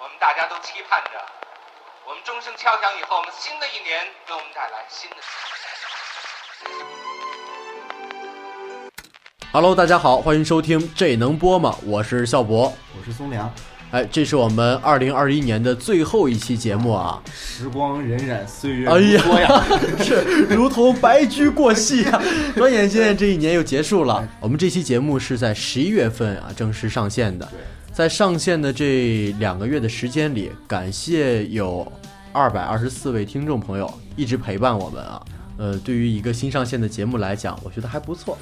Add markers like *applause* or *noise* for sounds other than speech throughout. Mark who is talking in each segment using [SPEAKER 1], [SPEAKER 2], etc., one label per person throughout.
[SPEAKER 1] 我们大家都期盼着，我们钟声敲响以后，我们新的一年给我们带来新的。
[SPEAKER 2] Hello，大家好，欢迎收听《这能播吗》，我是笑博。
[SPEAKER 3] 我是松良。
[SPEAKER 2] 哎，这是我们二零二一年的最后一期节目啊，
[SPEAKER 3] 时光荏苒，岁月
[SPEAKER 2] 哎呀
[SPEAKER 3] 如
[SPEAKER 2] *laughs*
[SPEAKER 3] 梭呀。
[SPEAKER 2] 是如同白驹过隙
[SPEAKER 3] *laughs*
[SPEAKER 2] 啊！转眼间这一年又结束了。我们这期节目是在十一月份啊正式上线的，在上线的这两个月的时间里，感谢有二百二十四位听众朋友一直陪伴我们啊。呃，对于一个新上线的节目来讲，我觉得还不
[SPEAKER 3] *laughs*
[SPEAKER 2] 错，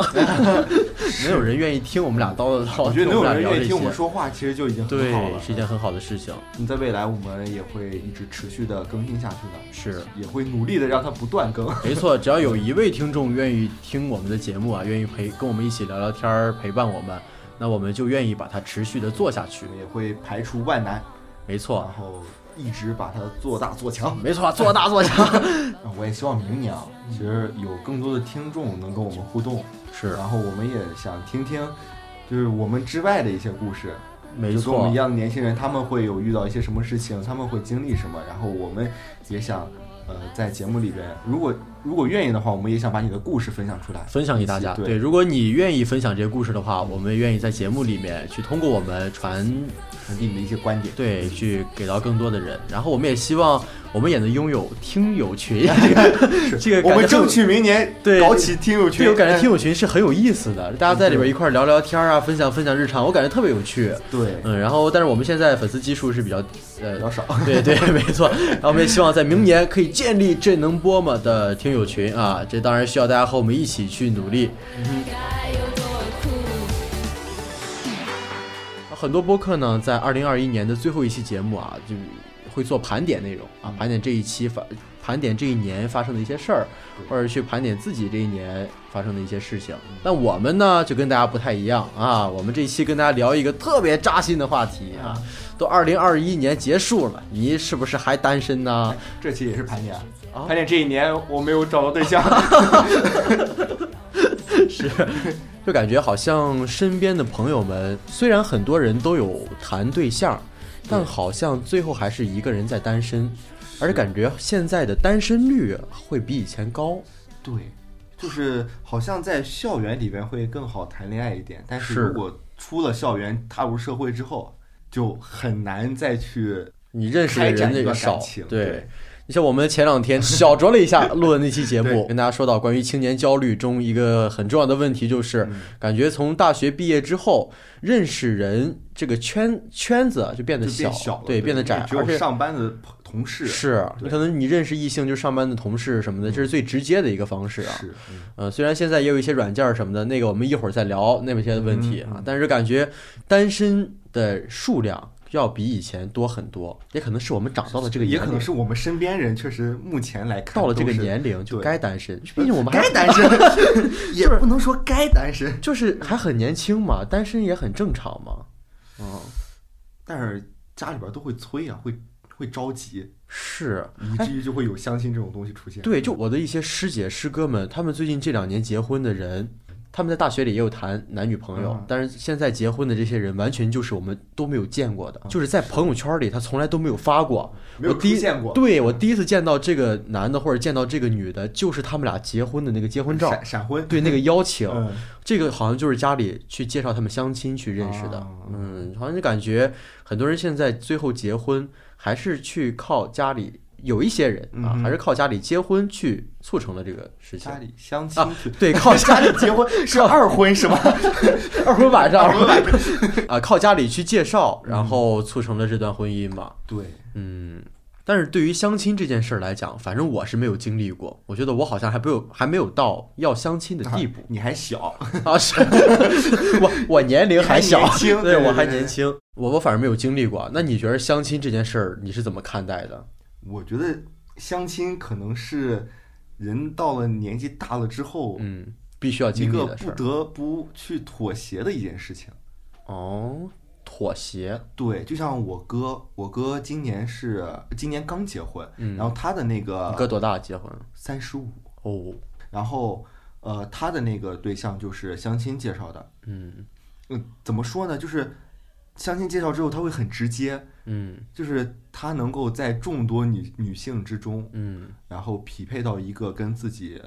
[SPEAKER 2] 没有人愿意听我们俩叨叨叨，
[SPEAKER 3] 我觉得能有人愿意听我
[SPEAKER 2] 我
[SPEAKER 3] 们
[SPEAKER 2] 们
[SPEAKER 3] 说话，其实就已经
[SPEAKER 2] 对
[SPEAKER 3] 很好了。
[SPEAKER 2] 是一件很好的事情。
[SPEAKER 3] 嗯在未来，我们也会一直持续的更新下去的，
[SPEAKER 2] 是
[SPEAKER 3] 也会努力的让它不断更。 *laughs*
[SPEAKER 2] 没错，只要有一位听众愿意听我们的节目啊，愿意陪跟我们一起聊聊天儿，陪伴我们，那我们就愿意把它持续的做下去
[SPEAKER 3] 我。们也会排除万难，
[SPEAKER 2] 没
[SPEAKER 3] 然
[SPEAKER 2] 错，啊
[SPEAKER 3] 后一直把它做大做强。 *laughs*
[SPEAKER 2] 没错，做大做强。
[SPEAKER 3] 啊我也希望明年啊，其实有更多的听众能跟我们互动，
[SPEAKER 2] 是，啊
[SPEAKER 3] 然后我们也想听听，就是我们之外的一些故事。
[SPEAKER 2] 没
[SPEAKER 3] 就跟我
[SPEAKER 2] 错
[SPEAKER 3] 们一，样的年轻人，他们会有遇到一些什么事情，他们会经历什么，然后我们也想，呃，在节目里边，如果如果愿意的话，我们也想把你的故事分享出来，
[SPEAKER 2] 分享给大家。
[SPEAKER 3] 对
[SPEAKER 2] 对，如果你愿意分享这些故事的话，我们愿意在节目里面去通过我们传，
[SPEAKER 3] 传递你的一些观点。
[SPEAKER 2] 对，去给到更多的人。然后我们也希望我们也能拥有听友 *laughs* 群，这个感觉
[SPEAKER 3] 我们
[SPEAKER 2] 很
[SPEAKER 3] 争取明年
[SPEAKER 2] 对
[SPEAKER 3] 搞起听友群，
[SPEAKER 2] 对我感觉听友群是很有意思的，大家在里边一块儿聊聊天儿啊，分享分享日常，我感觉特别有趣。
[SPEAKER 3] 对
[SPEAKER 2] 嗯，然后但是我们现在粉丝基数是比较
[SPEAKER 3] 比
[SPEAKER 2] 呃 *laughs*
[SPEAKER 3] 较，少。
[SPEAKER 2] 对对，没错。然后我们也希望在明年可以建立这能播吗的听友群啊，这当然需要大家和我们一起去努力。
[SPEAKER 4] 该有多酷？
[SPEAKER 2] 很多播客呢，在二零二一年的最后一期节目啊，就会做盘点内容啊，盘点这一期发，盘点这一年发生的一些事儿，或者去盘点自己这一年发生的一些事情。那我们呢，就跟大家不太一样啊，我们这一期跟大家聊一个特别扎心的话题啊，都二零二一年结束了，你是不是还单身呢？
[SPEAKER 3] 这期也是盘点，
[SPEAKER 2] 啊
[SPEAKER 3] 盘点这一年我没有找到对
[SPEAKER 2] *laughs*
[SPEAKER 3] 象，
[SPEAKER 2] 就感觉好像身边的朋友们，虽然很多人都有谈对象，但好像最后还是一个人在单身，而且感觉现在的单身率会比以前高。
[SPEAKER 3] 对，就是好像在校园里边会更好谈恋爱一点，但是
[SPEAKER 2] 是
[SPEAKER 3] 如果出了校园踏入社会之后，就很难再去
[SPEAKER 2] 你认识的人那
[SPEAKER 3] 开展
[SPEAKER 2] 个
[SPEAKER 3] 一段
[SPEAKER 2] 少
[SPEAKER 3] 感情，
[SPEAKER 2] 对
[SPEAKER 3] 对。
[SPEAKER 2] 你像我们前两天小酌了一
[SPEAKER 3] *laughs*
[SPEAKER 2] 下录的那期节目，
[SPEAKER 3] 对
[SPEAKER 2] 跟大家说到关于青年焦虑中一个很重要的问题，就是
[SPEAKER 3] 嗯
[SPEAKER 2] 感觉从大学毕业之后，认识人这个圈圈子啊就变得
[SPEAKER 3] 就
[SPEAKER 2] 小，
[SPEAKER 3] 变小了，
[SPEAKER 2] 对，变得窄，
[SPEAKER 3] 只
[SPEAKER 2] 而且
[SPEAKER 3] 有上班的朋同事
[SPEAKER 2] 是啊你
[SPEAKER 3] 对嗯
[SPEAKER 2] 可能你认识异性就是上班的同事什么的，这是最直接的一个方式啊。
[SPEAKER 3] 是嗯
[SPEAKER 2] 呃，虽然现在也有一些软件儿什么的，那个我们一会儿再聊那么些问题啊，
[SPEAKER 3] 嗯嗯
[SPEAKER 2] 但是感觉单身的数量要比以前多很多，也可能是我们长到了这个
[SPEAKER 3] 也
[SPEAKER 2] 年
[SPEAKER 3] 可
[SPEAKER 2] 龄，
[SPEAKER 3] 能是我们身边人确实目前来看
[SPEAKER 2] 到了这个
[SPEAKER 3] 都是
[SPEAKER 2] 年龄就
[SPEAKER 3] 对
[SPEAKER 2] 该单身，毕竟我们还
[SPEAKER 3] 该
[SPEAKER 2] *laughs*
[SPEAKER 3] 单身，也不能说该单身，
[SPEAKER 2] 就是还很年轻嘛，单身也很正常嘛。嗯，
[SPEAKER 3] 但是家里边都会催啊，会会着急，
[SPEAKER 2] 是。
[SPEAKER 3] 以至于就会有相亲这种东西出现。
[SPEAKER 2] 哎对，就我的一些师姐师哥们，他们最近这两年结婚的人，他们在大学里也有谈男女朋友，
[SPEAKER 3] 嗯
[SPEAKER 2] 但是现在结婚的这些人，完全就是我们都没有见过的，就是在朋友圈里他从来都没有发过，
[SPEAKER 3] 没有
[SPEAKER 2] 我第一
[SPEAKER 3] 出现过
[SPEAKER 2] 对我第一次见到这个男的或者见到这个女的，就是他们俩结婚的那个结
[SPEAKER 3] *laughs*
[SPEAKER 2] 婚照
[SPEAKER 3] 闪，闪婚，
[SPEAKER 2] 对那个邀请，
[SPEAKER 3] 嗯，
[SPEAKER 2] 这个好像就是家里去介绍他们相亲去认识的，
[SPEAKER 3] 啊
[SPEAKER 2] 嗯，好像就感觉很多人现在最后结婚还是去靠家里，有一些人啊，
[SPEAKER 3] 嗯哼
[SPEAKER 2] 还是靠家里结婚去促成了这个事情
[SPEAKER 3] 家。里相亲
[SPEAKER 2] 啊
[SPEAKER 3] 去，
[SPEAKER 2] 对，靠
[SPEAKER 3] 家
[SPEAKER 2] 家
[SPEAKER 3] 里结婚是二婚是吗？
[SPEAKER 2] 二婚晚 *laughs* 上，二婚晚上 *laughs* 啊，靠家里去介绍，然后促成了这段婚姻嘛。
[SPEAKER 3] *laughs*
[SPEAKER 2] *laughs*
[SPEAKER 3] 对，
[SPEAKER 2] 嗯，但是对于相亲这件事儿来讲，反正我是没有经历过，我觉得我好像还没有还没有到要相亲的地步。
[SPEAKER 3] 你还小，
[SPEAKER 2] 啊，是 *laughs* 我我年龄还小，
[SPEAKER 3] 你还年轻
[SPEAKER 2] 对
[SPEAKER 3] 对
[SPEAKER 2] 我还
[SPEAKER 3] 对
[SPEAKER 2] 年轻，我我反正没有经历过。那你觉得相亲这件事儿你是怎么看待的？
[SPEAKER 3] 我觉得相亲可能是人到了年纪大了之后，
[SPEAKER 2] 嗯，必须要
[SPEAKER 3] 一
[SPEAKER 2] 经历
[SPEAKER 3] 个
[SPEAKER 2] 的事
[SPEAKER 3] 不
[SPEAKER 2] 儿。
[SPEAKER 3] 得不去妥协的一件事情。
[SPEAKER 2] 哦，妥协，
[SPEAKER 3] 对，就像我哥，我哥今年是今年刚结婚，
[SPEAKER 2] 嗯
[SPEAKER 3] 然后他的那
[SPEAKER 2] 你哥
[SPEAKER 3] 个
[SPEAKER 2] 多大结婚？
[SPEAKER 3] 三十五，
[SPEAKER 2] 哦，
[SPEAKER 3] 然后呃，他的那个对象就是相亲介绍的。呃
[SPEAKER 2] 嗯，
[SPEAKER 3] 嗯，怎么说呢？就是相亲介绍之后，他会很直接，
[SPEAKER 2] 嗯
[SPEAKER 3] 就是他能够在众多女女性之中，
[SPEAKER 2] 嗯
[SPEAKER 3] 然后匹配到一个跟自己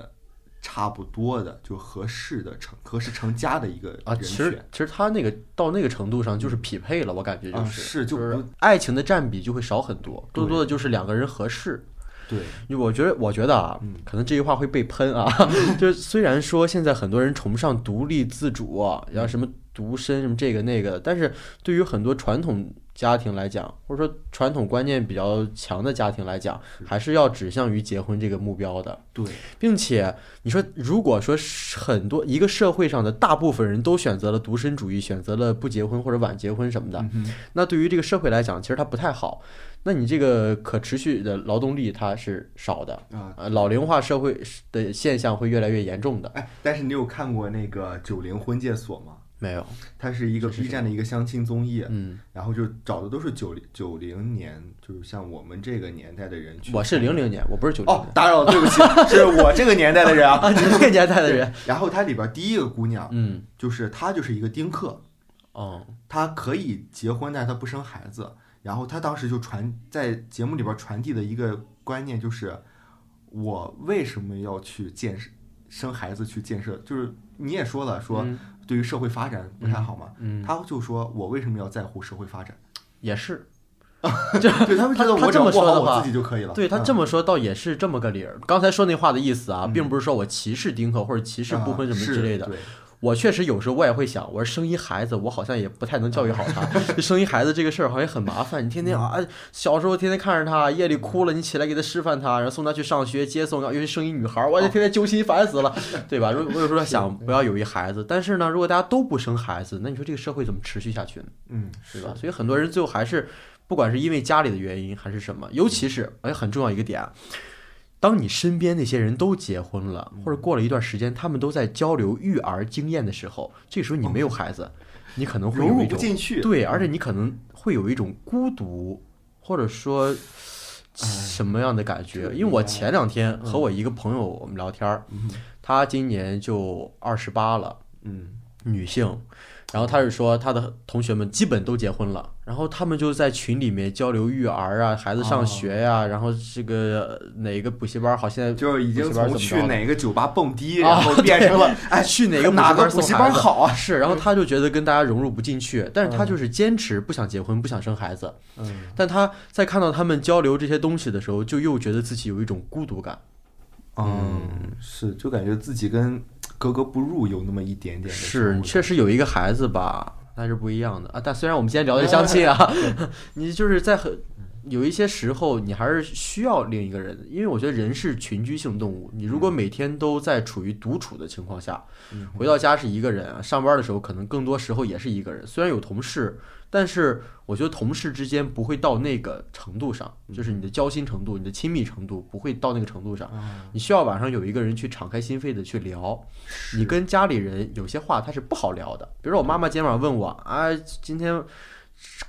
[SPEAKER 3] 差不多的，就合适的成合适成家的一个
[SPEAKER 2] 啊，
[SPEAKER 3] 人
[SPEAKER 2] 其
[SPEAKER 3] 选。
[SPEAKER 2] 实其实他那个到那个程度上就是匹配了，我感觉就
[SPEAKER 3] 啊
[SPEAKER 2] 是、
[SPEAKER 3] 是
[SPEAKER 2] 就
[SPEAKER 3] 就不
[SPEAKER 2] 爱情的占比就会少很多，更
[SPEAKER 3] 对
[SPEAKER 2] 多的就是两个人合适。
[SPEAKER 3] 对，
[SPEAKER 2] 我觉得，我觉得啊，可能这句话会被喷啊。就是虽然说现在很多人崇尚独立自主、啊，然后什么独身什么这个那个的，但是对于很多传统家庭来讲，或者说传统观念比较强的家庭来讲，还是要指向于结婚这个目标的。
[SPEAKER 3] 对，
[SPEAKER 2] 并且你说，如果说是很多一个社会上的大部分人都选择了独身主义，选择了不结婚或者晚结婚什么的，
[SPEAKER 3] 嗯哼
[SPEAKER 2] 那对于这个社会来讲，其实它不太好。那你这个可持续的劳动力它是少的，
[SPEAKER 3] 啊
[SPEAKER 2] 呃，老龄化社会的现象会越来越严重的。
[SPEAKER 3] 哎，但是你有看过那个《九零婚介所》吗？
[SPEAKER 2] 没有，
[SPEAKER 3] 它是一个 B 站的一个相亲综艺，
[SPEAKER 2] 嗯，
[SPEAKER 3] 然后就找的都是九零九零年，就是像我们这个年代的人去。
[SPEAKER 2] 我是零零年，我不是九零
[SPEAKER 3] 哦
[SPEAKER 2] 年，，
[SPEAKER 3] 打扰，对不起，是我这个年代的人啊。
[SPEAKER 2] 啊，你那个年代的人，
[SPEAKER 3] 然后它里边第一个姑娘，
[SPEAKER 2] *laughs* 嗯，
[SPEAKER 3] 就是她就是一个丁克，
[SPEAKER 2] 哦，
[SPEAKER 3] 她可以结婚，但是她不生孩子。然后她当时就传在节目里边传递的一个观念就是，我为什么要去建设生孩子去建设？就是你也说了，说
[SPEAKER 2] 嗯
[SPEAKER 3] 对于社会发展不太好嘛。
[SPEAKER 2] 嗯，
[SPEAKER 3] 她就说我为什么要在乎社会
[SPEAKER 2] *laughs*
[SPEAKER 3] 发展？
[SPEAKER 2] 也是，
[SPEAKER 3] 对他们觉
[SPEAKER 2] 他
[SPEAKER 3] 得我只要
[SPEAKER 2] 这么说
[SPEAKER 3] 过好
[SPEAKER 2] 的话
[SPEAKER 3] 我自己就可以了。
[SPEAKER 2] 对他
[SPEAKER 3] 嗯
[SPEAKER 2] 这么说，倒也是这么个理儿。刚才说那话的意思啊，
[SPEAKER 3] 嗯
[SPEAKER 2] 并不是说我歧视丁克或者歧视不婚什么之类的
[SPEAKER 3] 啊。是
[SPEAKER 2] 我确实有时候我也会想，我说生一孩子，我好像也不太能教育好他。就生一孩子这个事儿好像也很麻烦，你天天啊，小时候天天看着他，夜里哭了，你起来给他吃饭他，然后送他去上学，接送，尤其生一女孩儿，我这天天揪心烦死了，对吧？如我有时候想不要有一孩子，但是呢，如果大家都不生孩子，那你说这个社会怎么持续下去呢？
[SPEAKER 3] 对，嗯，
[SPEAKER 2] 对吧？所以很多人最后还是，不管是因为家里的原因还是什么，尤其是哎很重要一个点啊，当你身边那些人都结婚了，
[SPEAKER 3] 嗯
[SPEAKER 2] 或者过了一段时间，他们都在交流育儿经验的时候，这时候你没有孩子，你可能会
[SPEAKER 3] 嗯融
[SPEAKER 2] 有
[SPEAKER 3] 入
[SPEAKER 2] 一
[SPEAKER 3] 不
[SPEAKER 2] 种
[SPEAKER 3] 进去。嗯
[SPEAKER 2] 对，而且你可能会有一种孤独，或者说。什么样的感觉？
[SPEAKER 3] 这个嗯
[SPEAKER 2] 因为我
[SPEAKER 3] 应该
[SPEAKER 2] 前两天和我一个朋友我们聊天儿，她今年就二十八了，
[SPEAKER 3] 嗯，
[SPEAKER 2] 女性，然后她是说她的同学们基本都结婚了，然后他们就在群里面交流育儿啊，孩子上学呀、然后这个呃哪个补习班好，现在
[SPEAKER 3] 就是已经从去
[SPEAKER 2] 哪
[SPEAKER 3] 哪个酒吧
[SPEAKER 2] *laughs*
[SPEAKER 3] 蹦迪，
[SPEAKER 2] 啊
[SPEAKER 3] 然后变成了哎
[SPEAKER 2] 去哪个
[SPEAKER 3] 哪个
[SPEAKER 2] 补
[SPEAKER 3] 补
[SPEAKER 2] 习
[SPEAKER 3] 习
[SPEAKER 2] 班送孩
[SPEAKER 3] 班
[SPEAKER 2] 子
[SPEAKER 3] 好啊？
[SPEAKER 2] 是，然后她就觉得跟大家融入不进去，但是她就是坚持不想结婚，不想生孩子，
[SPEAKER 3] 嗯，
[SPEAKER 2] 但她在看到他们交流这些东西的时候，就又觉得自己有一种孤独感。
[SPEAKER 3] 嗯，是，就感觉自己跟格格不入，有那么一点点的
[SPEAKER 2] 是
[SPEAKER 3] 这
[SPEAKER 2] 你
[SPEAKER 3] 种
[SPEAKER 2] 确实有一个孩子吧，那是不一样的啊。但虽然我们今天聊的是相亲
[SPEAKER 3] *laughs*
[SPEAKER 2] 啊， *laughs* 你就是在很有一些时候，你还是需要另一个人的，因为我觉得人是群居性动物。你如
[SPEAKER 3] 嗯
[SPEAKER 2] 果每天都在处于独处的情况下，回到家是一个人啊，上班的时候可能更多时候也是一个人，虽然有同事。但是我觉得同事之间不会到那个程度上，就是你的交心程度、你的亲密程度不会到那个程度上。
[SPEAKER 3] 啊
[SPEAKER 2] 你需要晚上有一个人去敞开心扉的去聊，你跟家里人有些话他是不好聊的。比如说我妈妈今天晚上问我，啊，今天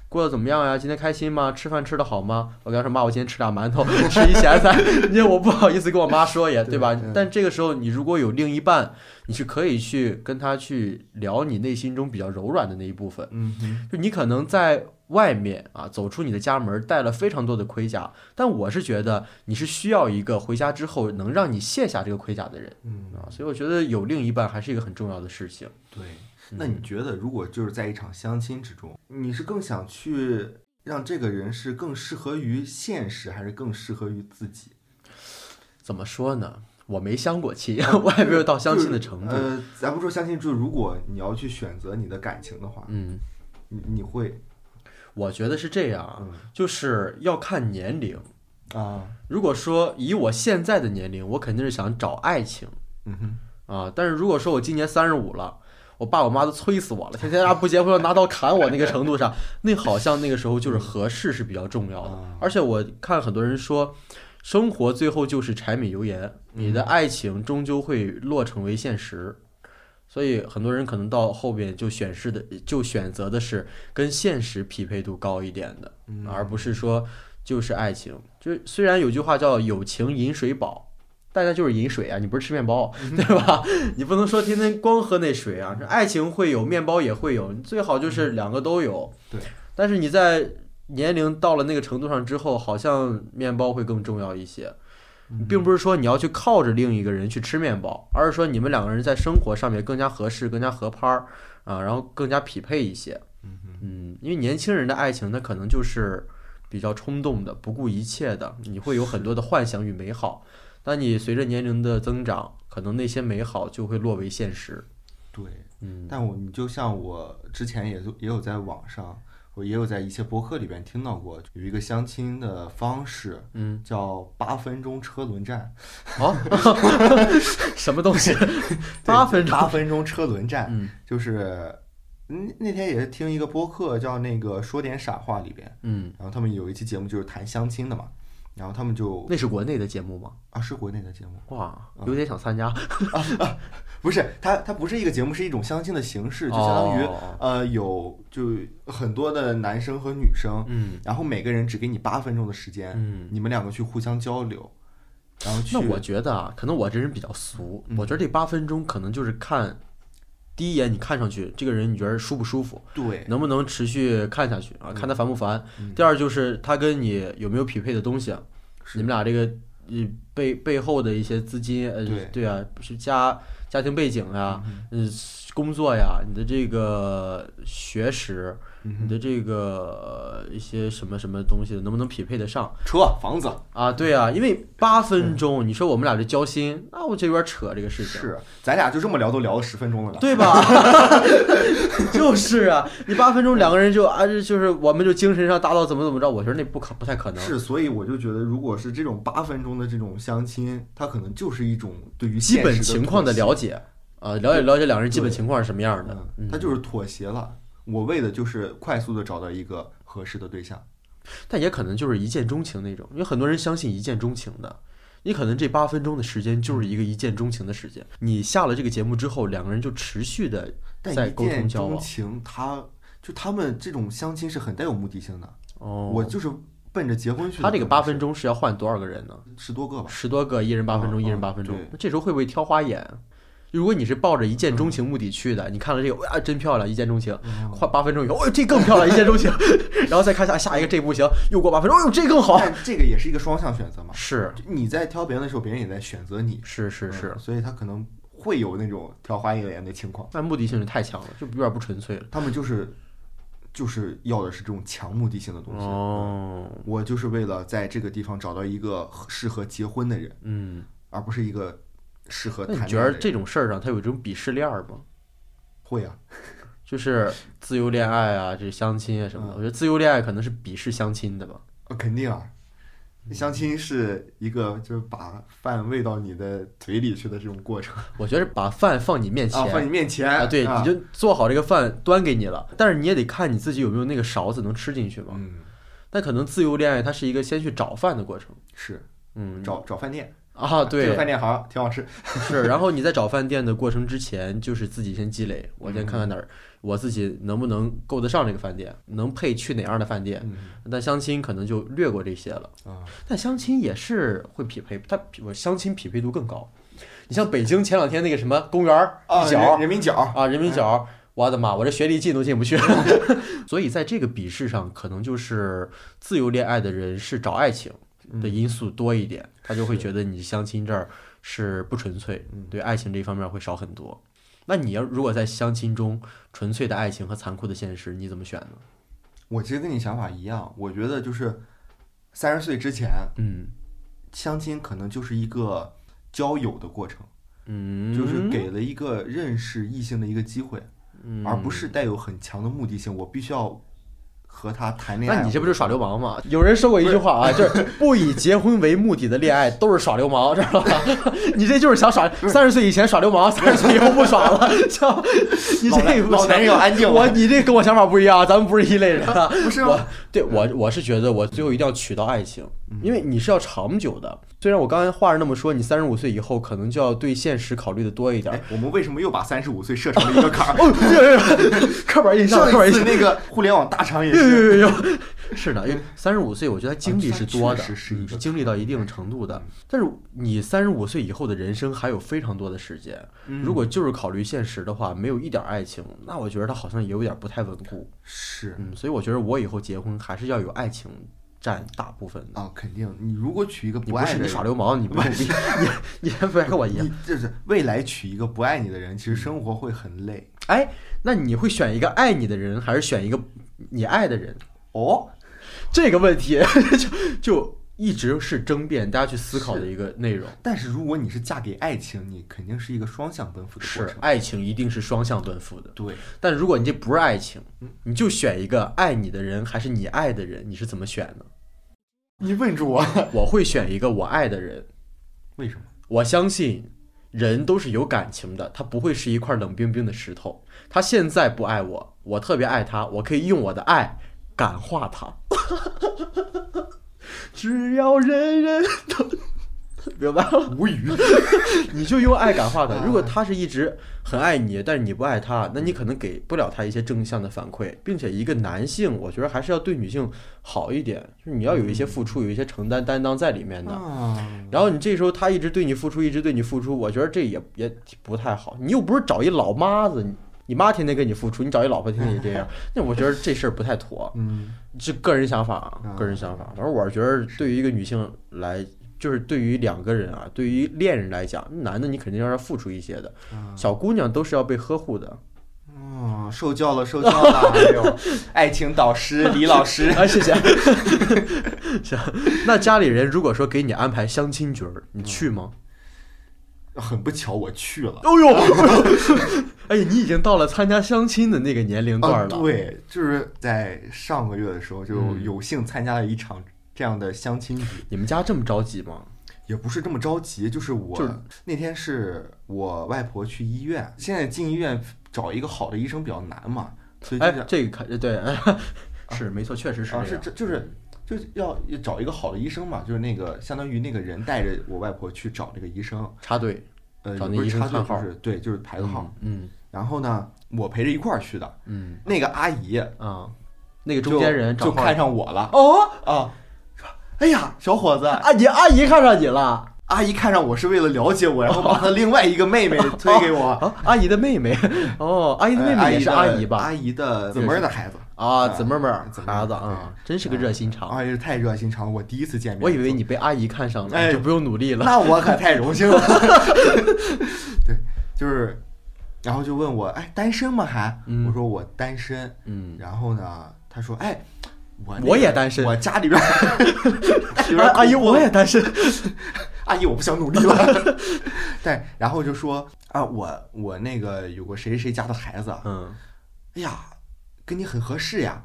[SPEAKER 2] 过得怎么样呀？今天开心吗？吃饭吃的好吗？我跟她说妈，我今天吃俩馒头，吃一咸菜， *laughs* 因为我不好意思跟我妈说也，对吧？
[SPEAKER 3] 对嗯
[SPEAKER 2] 但这个时候你如果有另一半，你是可以去跟他去聊你内心中比较柔软的那一部分。
[SPEAKER 3] 嗯哼，
[SPEAKER 2] 就你可能在外面啊，走出你的家门，带了非常多的盔甲，但我是觉得你是需要一个回家之后能让你卸下这个盔甲的人
[SPEAKER 3] 嗯，
[SPEAKER 2] 啊，所以我觉得有另一半还是一个很重要的事情。
[SPEAKER 3] 对。
[SPEAKER 2] 嗯
[SPEAKER 3] 那你觉得，如果就是在一场相亲之中，你是更想去让这个人是更适合于现实，还是更适合于自己？
[SPEAKER 2] 怎么说呢？我没相过亲， *laughs* 我也没有到相亲的程度。
[SPEAKER 3] 呃，咱不说相亲，就是如果你要去选择你的感情的话，
[SPEAKER 2] 嗯，
[SPEAKER 3] 你你会
[SPEAKER 2] 我觉得是这样啊
[SPEAKER 3] 嗯，
[SPEAKER 2] 就是要看年龄。
[SPEAKER 3] 啊，
[SPEAKER 2] 如果说以我现在的年龄，我肯定是想找爱情。
[SPEAKER 3] 嗯哼，
[SPEAKER 2] 啊，但是如果说我今年三十五了，我爸我妈都催死我了，天天让不结婚拿刀砍我那个程度上，那好像那个时候就是合适是比较重要的
[SPEAKER 3] 啊。
[SPEAKER 2] 而且我看很多人说，生活最后就是柴米油盐，你的爱情终究会落成为现实。所以很多人可能到后边就选是的，就选择的是跟现实匹配度高一点的，
[SPEAKER 3] 嗯
[SPEAKER 2] 而不是说就是爱情。就是虽然有句话叫“友情饮水饱”，大家就是饮水啊，你不是吃面包，对吧？ *laughs* 你不能说天天光喝那水啊，爱情会有，面包也会有，最好就是两个都有。
[SPEAKER 3] 对，
[SPEAKER 2] 但是你在年龄到了那个程度上之后，好像面包会更重要一些。
[SPEAKER 3] 嗯
[SPEAKER 2] 并不是说你要去靠着另一个人去吃面包，而是说你们两个人在生活上面更加合适、更加合拍儿啊，然后更加匹配一些。
[SPEAKER 3] 嗯哼，
[SPEAKER 2] 嗯，因为年轻人的爱情，那可能就是比较冲动的、不顾一切的，你会有很多的幻想与美好。但你随着年龄的增长，可能那些美好就会落为现实。
[SPEAKER 3] 对。
[SPEAKER 2] 嗯，
[SPEAKER 3] 但我你就像我之前也就也有在网上，我也有在一些博客里边听到过，有一个相亲的方式，
[SPEAKER 2] 嗯，
[SPEAKER 3] 叫八分钟车轮战，
[SPEAKER 2] 好、 *laughs* 什么东西？八分钟
[SPEAKER 3] 八分钟车轮战，
[SPEAKER 2] 嗯
[SPEAKER 3] 就是嗯那天也是听一个播客叫那个说点傻话里边，
[SPEAKER 2] 嗯，
[SPEAKER 3] 然后他们有一期节目就是谈相亲的嘛，然后他们就
[SPEAKER 2] 那是国内的节目吗？
[SPEAKER 3] 啊是国内的节目，
[SPEAKER 2] 哇，
[SPEAKER 3] 嗯
[SPEAKER 2] 有点想参加。
[SPEAKER 3] 不是它它不是一个节目，是一种相亲的形式，就相当于、
[SPEAKER 2] 哦
[SPEAKER 3] 呃有就很多的男生和女生，
[SPEAKER 2] 嗯
[SPEAKER 3] 然后每个人只给你八分钟的时间，
[SPEAKER 2] 嗯，
[SPEAKER 3] 你们两个去互相交流，然后去
[SPEAKER 2] 那我觉得啊，可能我这人比较俗，
[SPEAKER 3] 嗯
[SPEAKER 2] 我觉得这八分钟可能就是看第一眼你看上去这个人你觉得舒不舒服，
[SPEAKER 3] 对
[SPEAKER 2] 能不能持续看下去啊，看他烦不烦。
[SPEAKER 3] 嗯
[SPEAKER 2] 第二就是他跟你有没有匹配的东西，啊你们俩这个嗯背背后的一些资金，呃
[SPEAKER 3] 对
[SPEAKER 2] 对啊，是家家庭背景啊，嗯，工作呀，你的这个学识，
[SPEAKER 3] 嗯
[SPEAKER 2] 你的这个呃一些什么什么东西能不能匹配得上？
[SPEAKER 3] 车房子
[SPEAKER 2] 啊，对啊，因为八分钟，你说我们俩这交心，那我这有点扯这个事情，
[SPEAKER 3] 是，咱俩就这么聊都聊了十分钟了吧？
[SPEAKER 2] 对吧？ *laughs* 就是啊，你八分钟两个人就啊，这就是我们就精神上达到怎么怎么着，我觉得那不可不太可能。
[SPEAKER 3] 是，所以我就觉得，如果是这种八分钟的这种相亲，它可能就是一种对于
[SPEAKER 2] 基
[SPEAKER 3] 现
[SPEAKER 2] 本
[SPEAKER 3] 实
[SPEAKER 2] 情况的
[SPEAKER 3] 妥协
[SPEAKER 2] 了解啊，了解了解两人基本
[SPEAKER 3] 对
[SPEAKER 2] 情况是什么样的，
[SPEAKER 3] 嗯，它就是妥协了。我为的就是快速的找到一个合适的对象。
[SPEAKER 2] 但也可能就是一见钟情那种，因为很多人相信一见钟情的。你可能这八分钟的时间就是一个一见钟情的时间。你下了这个节目之后，两个人就持续的
[SPEAKER 3] 但
[SPEAKER 2] 在
[SPEAKER 3] 一
[SPEAKER 2] 沟通
[SPEAKER 3] 见
[SPEAKER 2] 交
[SPEAKER 3] 钟
[SPEAKER 2] 往。
[SPEAKER 3] 情，他就他们这种相亲是很带有目的性的。
[SPEAKER 2] 哦，
[SPEAKER 3] 我就是奔着结婚去的。
[SPEAKER 2] 他这个八分钟是要换多少个人呢？
[SPEAKER 3] 十多个吧。
[SPEAKER 2] 十多个，一人八分钟，
[SPEAKER 3] 嗯
[SPEAKER 2] 一人八分钟
[SPEAKER 3] 对。
[SPEAKER 2] 那这时候会不会挑花眼？如果你是抱着一见钟情目的去的，你看了这个啊，真漂亮，一见钟情。换八分钟以后，哦，这更漂 *laughs* 亮，一见钟情。然后再看下下一个，这不行，又过八分钟，哦呦，这更好。
[SPEAKER 3] 嗯但这个也是一个双向选择嘛。
[SPEAKER 2] 是
[SPEAKER 3] 就你在挑别人的时候，别人也在选择你。
[SPEAKER 2] 是是是
[SPEAKER 3] 嗯，所以他可能会有那种挑花一脸的情况。
[SPEAKER 2] 那目的性是太强了，就有点不纯粹了。
[SPEAKER 3] 他们就是就是要的是这种强目的性的东西。
[SPEAKER 2] 哦，
[SPEAKER 3] 我就是为了在这个地方找到一个适合结婚的人，
[SPEAKER 2] 嗯，
[SPEAKER 3] 而不是一个适合
[SPEAKER 2] 那你
[SPEAKER 3] 谈
[SPEAKER 2] 觉
[SPEAKER 3] 恋爱
[SPEAKER 2] 得
[SPEAKER 3] 的人。
[SPEAKER 2] 这种事儿上，它有这种鄙视链儿吗？
[SPEAKER 3] 会啊？
[SPEAKER 2] 就是自由恋爱啊，这相亲啊什么的。
[SPEAKER 3] 嗯
[SPEAKER 2] 我觉得自由恋爱可能是鄙视相亲的吧。
[SPEAKER 3] 呃肯定啊。
[SPEAKER 2] 嗯
[SPEAKER 3] 相亲是一个就是把饭喂到你的嘴里去的这种过程
[SPEAKER 2] 我觉得把饭放你面前，
[SPEAKER 3] 啊，放你面前
[SPEAKER 2] 啊，对，你就做好这个饭端给你了，但是你也得看你自己有没有那个勺子能吃进去嘛。
[SPEAKER 3] 嗯
[SPEAKER 2] 但可能自由恋爱它是一个先去找饭的过程，
[SPEAKER 3] 是
[SPEAKER 2] 嗯，
[SPEAKER 3] 找找饭店
[SPEAKER 2] 啊，
[SPEAKER 3] 这个
[SPEAKER 2] 对，
[SPEAKER 3] 饭店好像挺好吃，
[SPEAKER 2] 是，然后你在找饭店的过程之前，就是自己先积累，我先看看哪
[SPEAKER 3] 嗯
[SPEAKER 2] 儿我自己能不能够得上这个饭店，能配去哪样的饭店。
[SPEAKER 3] 嗯
[SPEAKER 2] 但相亲可能就略过这些了，
[SPEAKER 3] 啊
[SPEAKER 2] 但相亲也是会匹配，它匹我相亲匹配度更高。你像北京前两天那个什么公园儿
[SPEAKER 3] 啊
[SPEAKER 2] 一角，
[SPEAKER 3] 人人民角
[SPEAKER 2] 啊，人民角，我的妈，我这学历进都进不去。
[SPEAKER 3] 嗯
[SPEAKER 2] *laughs* 所以在这个笔试上，可能就是自由恋爱的人是找爱情
[SPEAKER 3] 嗯
[SPEAKER 2] 的因素多一点，他就会觉得你相亲这儿是不纯粹，对爱情这方面会少很多。那你要如果在相亲中纯粹的爱情和残酷的现实，你怎么选呢？
[SPEAKER 3] 我其实跟你想法一样，我觉得就是三十岁之前
[SPEAKER 2] 嗯
[SPEAKER 3] 相亲可能就是一个交友的过程，
[SPEAKER 2] 嗯，
[SPEAKER 3] 就是给了一个认识异性的一个机会，
[SPEAKER 2] 嗯，
[SPEAKER 3] 而不是带有很强的目的性，我必须要和他谈恋爱。
[SPEAKER 2] 那你这不是耍流氓吗？有人说过一句话啊，就是不以结婚为目的的恋爱都是耍流氓，知道吧？你这就是想耍，三十岁以前耍流氓，三十岁以后不耍了，像你
[SPEAKER 3] 老
[SPEAKER 2] 这也不
[SPEAKER 3] 男
[SPEAKER 2] 行
[SPEAKER 3] 老男人要安静
[SPEAKER 2] 我你这跟我想法不一样，咱们不是一类人啊。
[SPEAKER 3] 不是
[SPEAKER 2] 我
[SPEAKER 3] 吗？
[SPEAKER 2] 对我我是觉得我最后一定要娶到爱情，因为你是要长久的。虽然我刚才话是那么说，你三十五岁以后可能就要对现实考虑的多一点
[SPEAKER 3] 哎。，我们为什么又把三十五岁设成了
[SPEAKER 2] *laughs*
[SPEAKER 3] 一个坎儿？
[SPEAKER 2] 哦，这刻板印象，
[SPEAKER 3] 上
[SPEAKER 2] 刻板
[SPEAKER 3] 一
[SPEAKER 2] 印象，
[SPEAKER 3] 次
[SPEAKER 2] *laughs*
[SPEAKER 3] 那个互联网大厂也
[SPEAKER 2] 呦
[SPEAKER 3] 是
[SPEAKER 2] 呦呦呦，是的，因为三十五岁，我觉得他经历是多的，
[SPEAKER 3] 啊确实是一个
[SPEAKER 2] 经历到一定程度的。但是你三十五岁以后的人生还有非常多的时间，
[SPEAKER 3] 嗯
[SPEAKER 2] 如果就是考虑现实的话，没有一点爱情，那我觉得他好像也有点不太稳固。
[SPEAKER 3] 是
[SPEAKER 2] 嗯，所以我觉得我以后结婚还是要有爱情占大部分的。
[SPEAKER 3] 啊，肯定。你如果娶一个
[SPEAKER 2] 你
[SPEAKER 3] 不
[SPEAKER 2] 不
[SPEAKER 3] 爱
[SPEAKER 2] 是
[SPEAKER 3] 的
[SPEAKER 2] 你
[SPEAKER 3] 人，
[SPEAKER 2] 耍流氓，你不是你你你还不跟我一样
[SPEAKER 3] *laughs* 你？就是未来娶一个不爱你的人，其实生活会很累。
[SPEAKER 2] 哎，那你会选一个爱你的人，还是选一个你爱的人？
[SPEAKER 3] 哦，
[SPEAKER 2] 这个问题 *laughs* 就就一直是争辩，大家去思考的一个内容。
[SPEAKER 3] 但是如果你是嫁给爱情，你肯定是一个双向奔赴的过
[SPEAKER 2] 是
[SPEAKER 3] 程。
[SPEAKER 2] 爱情一定是双向奔赴的，
[SPEAKER 3] 对，
[SPEAKER 2] 但如果你这不是爱情，你就选一个爱你的人还是你爱的人，你是怎么选呢？ *laughs*
[SPEAKER 3] 你问住我，
[SPEAKER 2] 我会选一个我爱的人，
[SPEAKER 3] 为什么？
[SPEAKER 2] 我相信人都是有感情的，他不会是一块冷冰冰的石头。他现在不爱我，我特别爱他，我可以用我的爱感化他。只要人人都 *laughs* 明白了，无语，你就用爱感化他。如果他是一直很爱你，但是你不爱他，那你可能给不了他一些正向的反馈，并且一个男性，我觉得还是要对女性好一点，就是你要有一些付出，有一些承担担当在里面的。
[SPEAKER 3] 啊，
[SPEAKER 2] 然后你这时候他一直对你付出，一直对你付出，我觉得这也也不太好。你又不是找一老妈子，你你妈天天给你付出，你找一老婆天天也这样，那我觉得这事儿不太妥。
[SPEAKER 3] 嗯，
[SPEAKER 2] 这个人想法啊，
[SPEAKER 3] 啊
[SPEAKER 2] 个人想法。反正我是觉得，对于一个女性来，就是对于两个人啊，对于恋人来讲，男的你肯定要让他付出一些的，
[SPEAKER 3] 啊嗯
[SPEAKER 2] 小姑娘都是要被呵护的。 *laughs*
[SPEAKER 3] 哦，受教了，受教了， *laughs* 哎呦，爱情导师李老师，
[SPEAKER 2] 啊，谢谢。 *laughs* 行，那家里人如果说给你安排相亲局儿，你去吗？
[SPEAKER 3] *laughs* 很不巧我去 *laughs* 了。
[SPEAKER 2] 哦呦， *laughs* 哎呀，你已经到了参加相亲的那个年龄段
[SPEAKER 3] 啊，
[SPEAKER 2] 了。，
[SPEAKER 3] 对，就是在上个月的时候，就
[SPEAKER 2] 嗯
[SPEAKER 3] 有幸参加了一场这样的相亲局，
[SPEAKER 2] 你们家这么着急吗？
[SPEAKER 3] 也不是这么着急，就是我
[SPEAKER 2] 就是
[SPEAKER 3] 那天是我外婆去医院，现在进医院找一个好的医生比较难嘛，所以就
[SPEAKER 2] 哎
[SPEAKER 3] 是、，
[SPEAKER 2] 这个看对，哎是没错，确实是
[SPEAKER 3] 啊
[SPEAKER 2] 这
[SPEAKER 3] 是
[SPEAKER 2] 样。
[SPEAKER 3] 这就是。就是要找一个好的医生嘛，就是那个相当于那个人带着我外婆去找那个医生，
[SPEAKER 2] 插队，
[SPEAKER 3] 呃，
[SPEAKER 2] 找
[SPEAKER 3] 也
[SPEAKER 2] 那
[SPEAKER 3] 不
[SPEAKER 2] 医
[SPEAKER 3] 是
[SPEAKER 2] 生
[SPEAKER 3] 插队，
[SPEAKER 2] 看号
[SPEAKER 3] 就是对，就是排个号。
[SPEAKER 2] 嗯
[SPEAKER 3] 然后呢，我陪着一块儿去的，
[SPEAKER 2] 嗯
[SPEAKER 3] 那个阿姨
[SPEAKER 2] 啊，那个
[SPEAKER 3] 就
[SPEAKER 2] 中间人
[SPEAKER 3] 就
[SPEAKER 2] 找号
[SPEAKER 3] 看上我了
[SPEAKER 2] 哦，
[SPEAKER 3] 啊，说哎呀，小伙子，
[SPEAKER 2] 阿姨阿姨看上你了
[SPEAKER 3] 阿姨看上我是为了了解我，然后把她的另外一个妹妹推
[SPEAKER 2] *laughs*
[SPEAKER 3] 给我。
[SPEAKER 2] 啊，阿姨的妹 *laughs* 妹哦，阿姨的妹妹也是
[SPEAKER 3] 的
[SPEAKER 2] 阿姨
[SPEAKER 3] 哎阿
[SPEAKER 2] 吧？
[SPEAKER 3] 姨的姊妹儿的孩子，
[SPEAKER 2] 啊，
[SPEAKER 3] 哎
[SPEAKER 2] 姊妹们儿
[SPEAKER 3] 姊妹
[SPEAKER 2] 孩子
[SPEAKER 3] 对
[SPEAKER 2] 啊，真是个热心肠。
[SPEAKER 3] 哎呀，太热心肠了！我第一次见面，
[SPEAKER 2] 我以为你被阿姨看上了，
[SPEAKER 3] 哎
[SPEAKER 2] 你就不用努力 *laughs* 了。
[SPEAKER 3] 那我可太荣幸了。 *laughs* 对，就是，然后就问我，哎，单身吗？还？
[SPEAKER 2] 嗯
[SPEAKER 3] 我说我单身。
[SPEAKER 2] 嗯，
[SPEAKER 3] 然后呢，他说，哎，我那个
[SPEAKER 2] 我也单身
[SPEAKER 3] 我家里边儿 *laughs* 有点
[SPEAKER 2] 啊阿姨
[SPEAKER 3] 恐怖
[SPEAKER 2] 我也单身。
[SPEAKER 3] 阿姨，我不想努力了。 *laughs* 对，然后就说啊，我我那个有过谁谁家的孩子，啊
[SPEAKER 2] 嗯，
[SPEAKER 3] 哎呀，跟你很合适呀，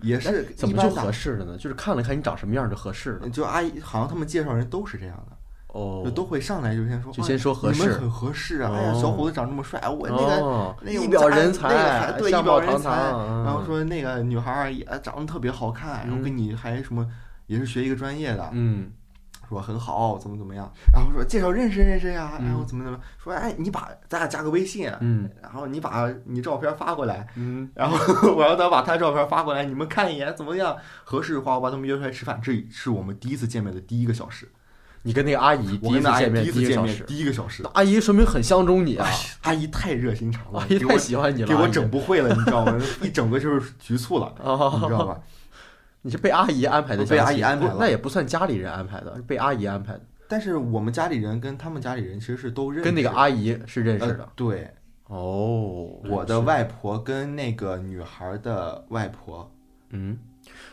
[SPEAKER 3] 也是
[SPEAKER 2] 怎么
[SPEAKER 3] 一般
[SPEAKER 2] 就
[SPEAKER 3] 的
[SPEAKER 2] 合？适了呢？就是看了看你长什么样就合适了。
[SPEAKER 3] 就阿姨，好像他们介绍人都是这样的，
[SPEAKER 2] 哦
[SPEAKER 3] 就，都会上来就先说，
[SPEAKER 2] 就先说合
[SPEAKER 3] 哎你们
[SPEAKER 2] 适
[SPEAKER 3] 很合适啊！
[SPEAKER 2] 哦
[SPEAKER 3] 哎呀，小伙子长这么帅，我那个。
[SPEAKER 2] 哦
[SPEAKER 3] 那个我
[SPEAKER 2] 一
[SPEAKER 3] 们
[SPEAKER 2] 表
[SPEAKER 3] 家
[SPEAKER 2] 人
[SPEAKER 3] 那个
[SPEAKER 2] 才
[SPEAKER 3] 还，对，
[SPEAKER 2] 相
[SPEAKER 3] 一表
[SPEAKER 2] 貌
[SPEAKER 3] 人
[SPEAKER 2] 堂
[SPEAKER 3] 才。
[SPEAKER 2] 堂。嗯
[SPEAKER 3] 然后，说那个女孩儿也长得特别好看，然后跟你还什么也是学一个专业的，
[SPEAKER 2] 嗯，
[SPEAKER 3] 说很好，怎么怎么样，然后说介绍认识认识呀，
[SPEAKER 2] 嗯
[SPEAKER 3] 然后怎么怎么，说哎，你把咱俩加个微信，
[SPEAKER 2] 嗯，
[SPEAKER 3] 然后你把你照片发过来，
[SPEAKER 2] 嗯，
[SPEAKER 3] 然后 *laughs* 我让他把他照片发过来，你们看一眼怎么样？合适的话，我把他们约出来吃饭。这是我们第一次见面的第一个小时，
[SPEAKER 2] 你跟那个阿姨第
[SPEAKER 3] 我
[SPEAKER 2] 一
[SPEAKER 3] 跟
[SPEAKER 2] 次
[SPEAKER 3] 那阿姨
[SPEAKER 2] 见面
[SPEAKER 3] 第一
[SPEAKER 2] 一
[SPEAKER 3] 次
[SPEAKER 2] 个
[SPEAKER 3] 见
[SPEAKER 2] 小
[SPEAKER 3] 面
[SPEAKER 2] 时，
[SPEAKER 3] 第一个小时
[SPEAKER 2] 那，阿姨说明很相中你啊
[SPEAKER 3] 哎，阿姨太热心肠了，
[SPEAKER 2] 阿姨
[SPEAKER 3] 给
[SPEAKER 2] 太
[SPEAKER 3] 我
[SPEAKER 2] 喜欢你了，
[SPEAKER 3] 给我
[SPEAKER 2] 阿姨
[SPEAKER 3] 整不会了，你知道吗？ *laughs* 一整个就是局促了，你知道
[SPEAKER 2] 哦，
[SPEAKER 3] 吧？
[SPEAKER 2] 你是被阿姨安排的
[SPEAKER 3] 我被
[SPEAKER 2] 相
[SPEAKER 3] 阿
[SPEAKER 2] 亲
[SPEAKER 3] 姨安排
[SPEAKER 2] 不
[SPEAKER 3] 了
[SPEAKER 2] 那也不算家里人安排的，是被阿姨安排的，
[SPEAKER 3] 但是我们家里人跟他们家里人其实是都认识，
[SPEAKER 2] 跟那个阿姨是认识
[SPEAKER 3] 呃
[SPEAKER 2] 的。
[SPEAKER 3] 对，
[SPEAKER 2] 哦，
[SPEAKER 3] 我的外婆跟那个女孩的外婆，
[SPEAKER 2] 嗯，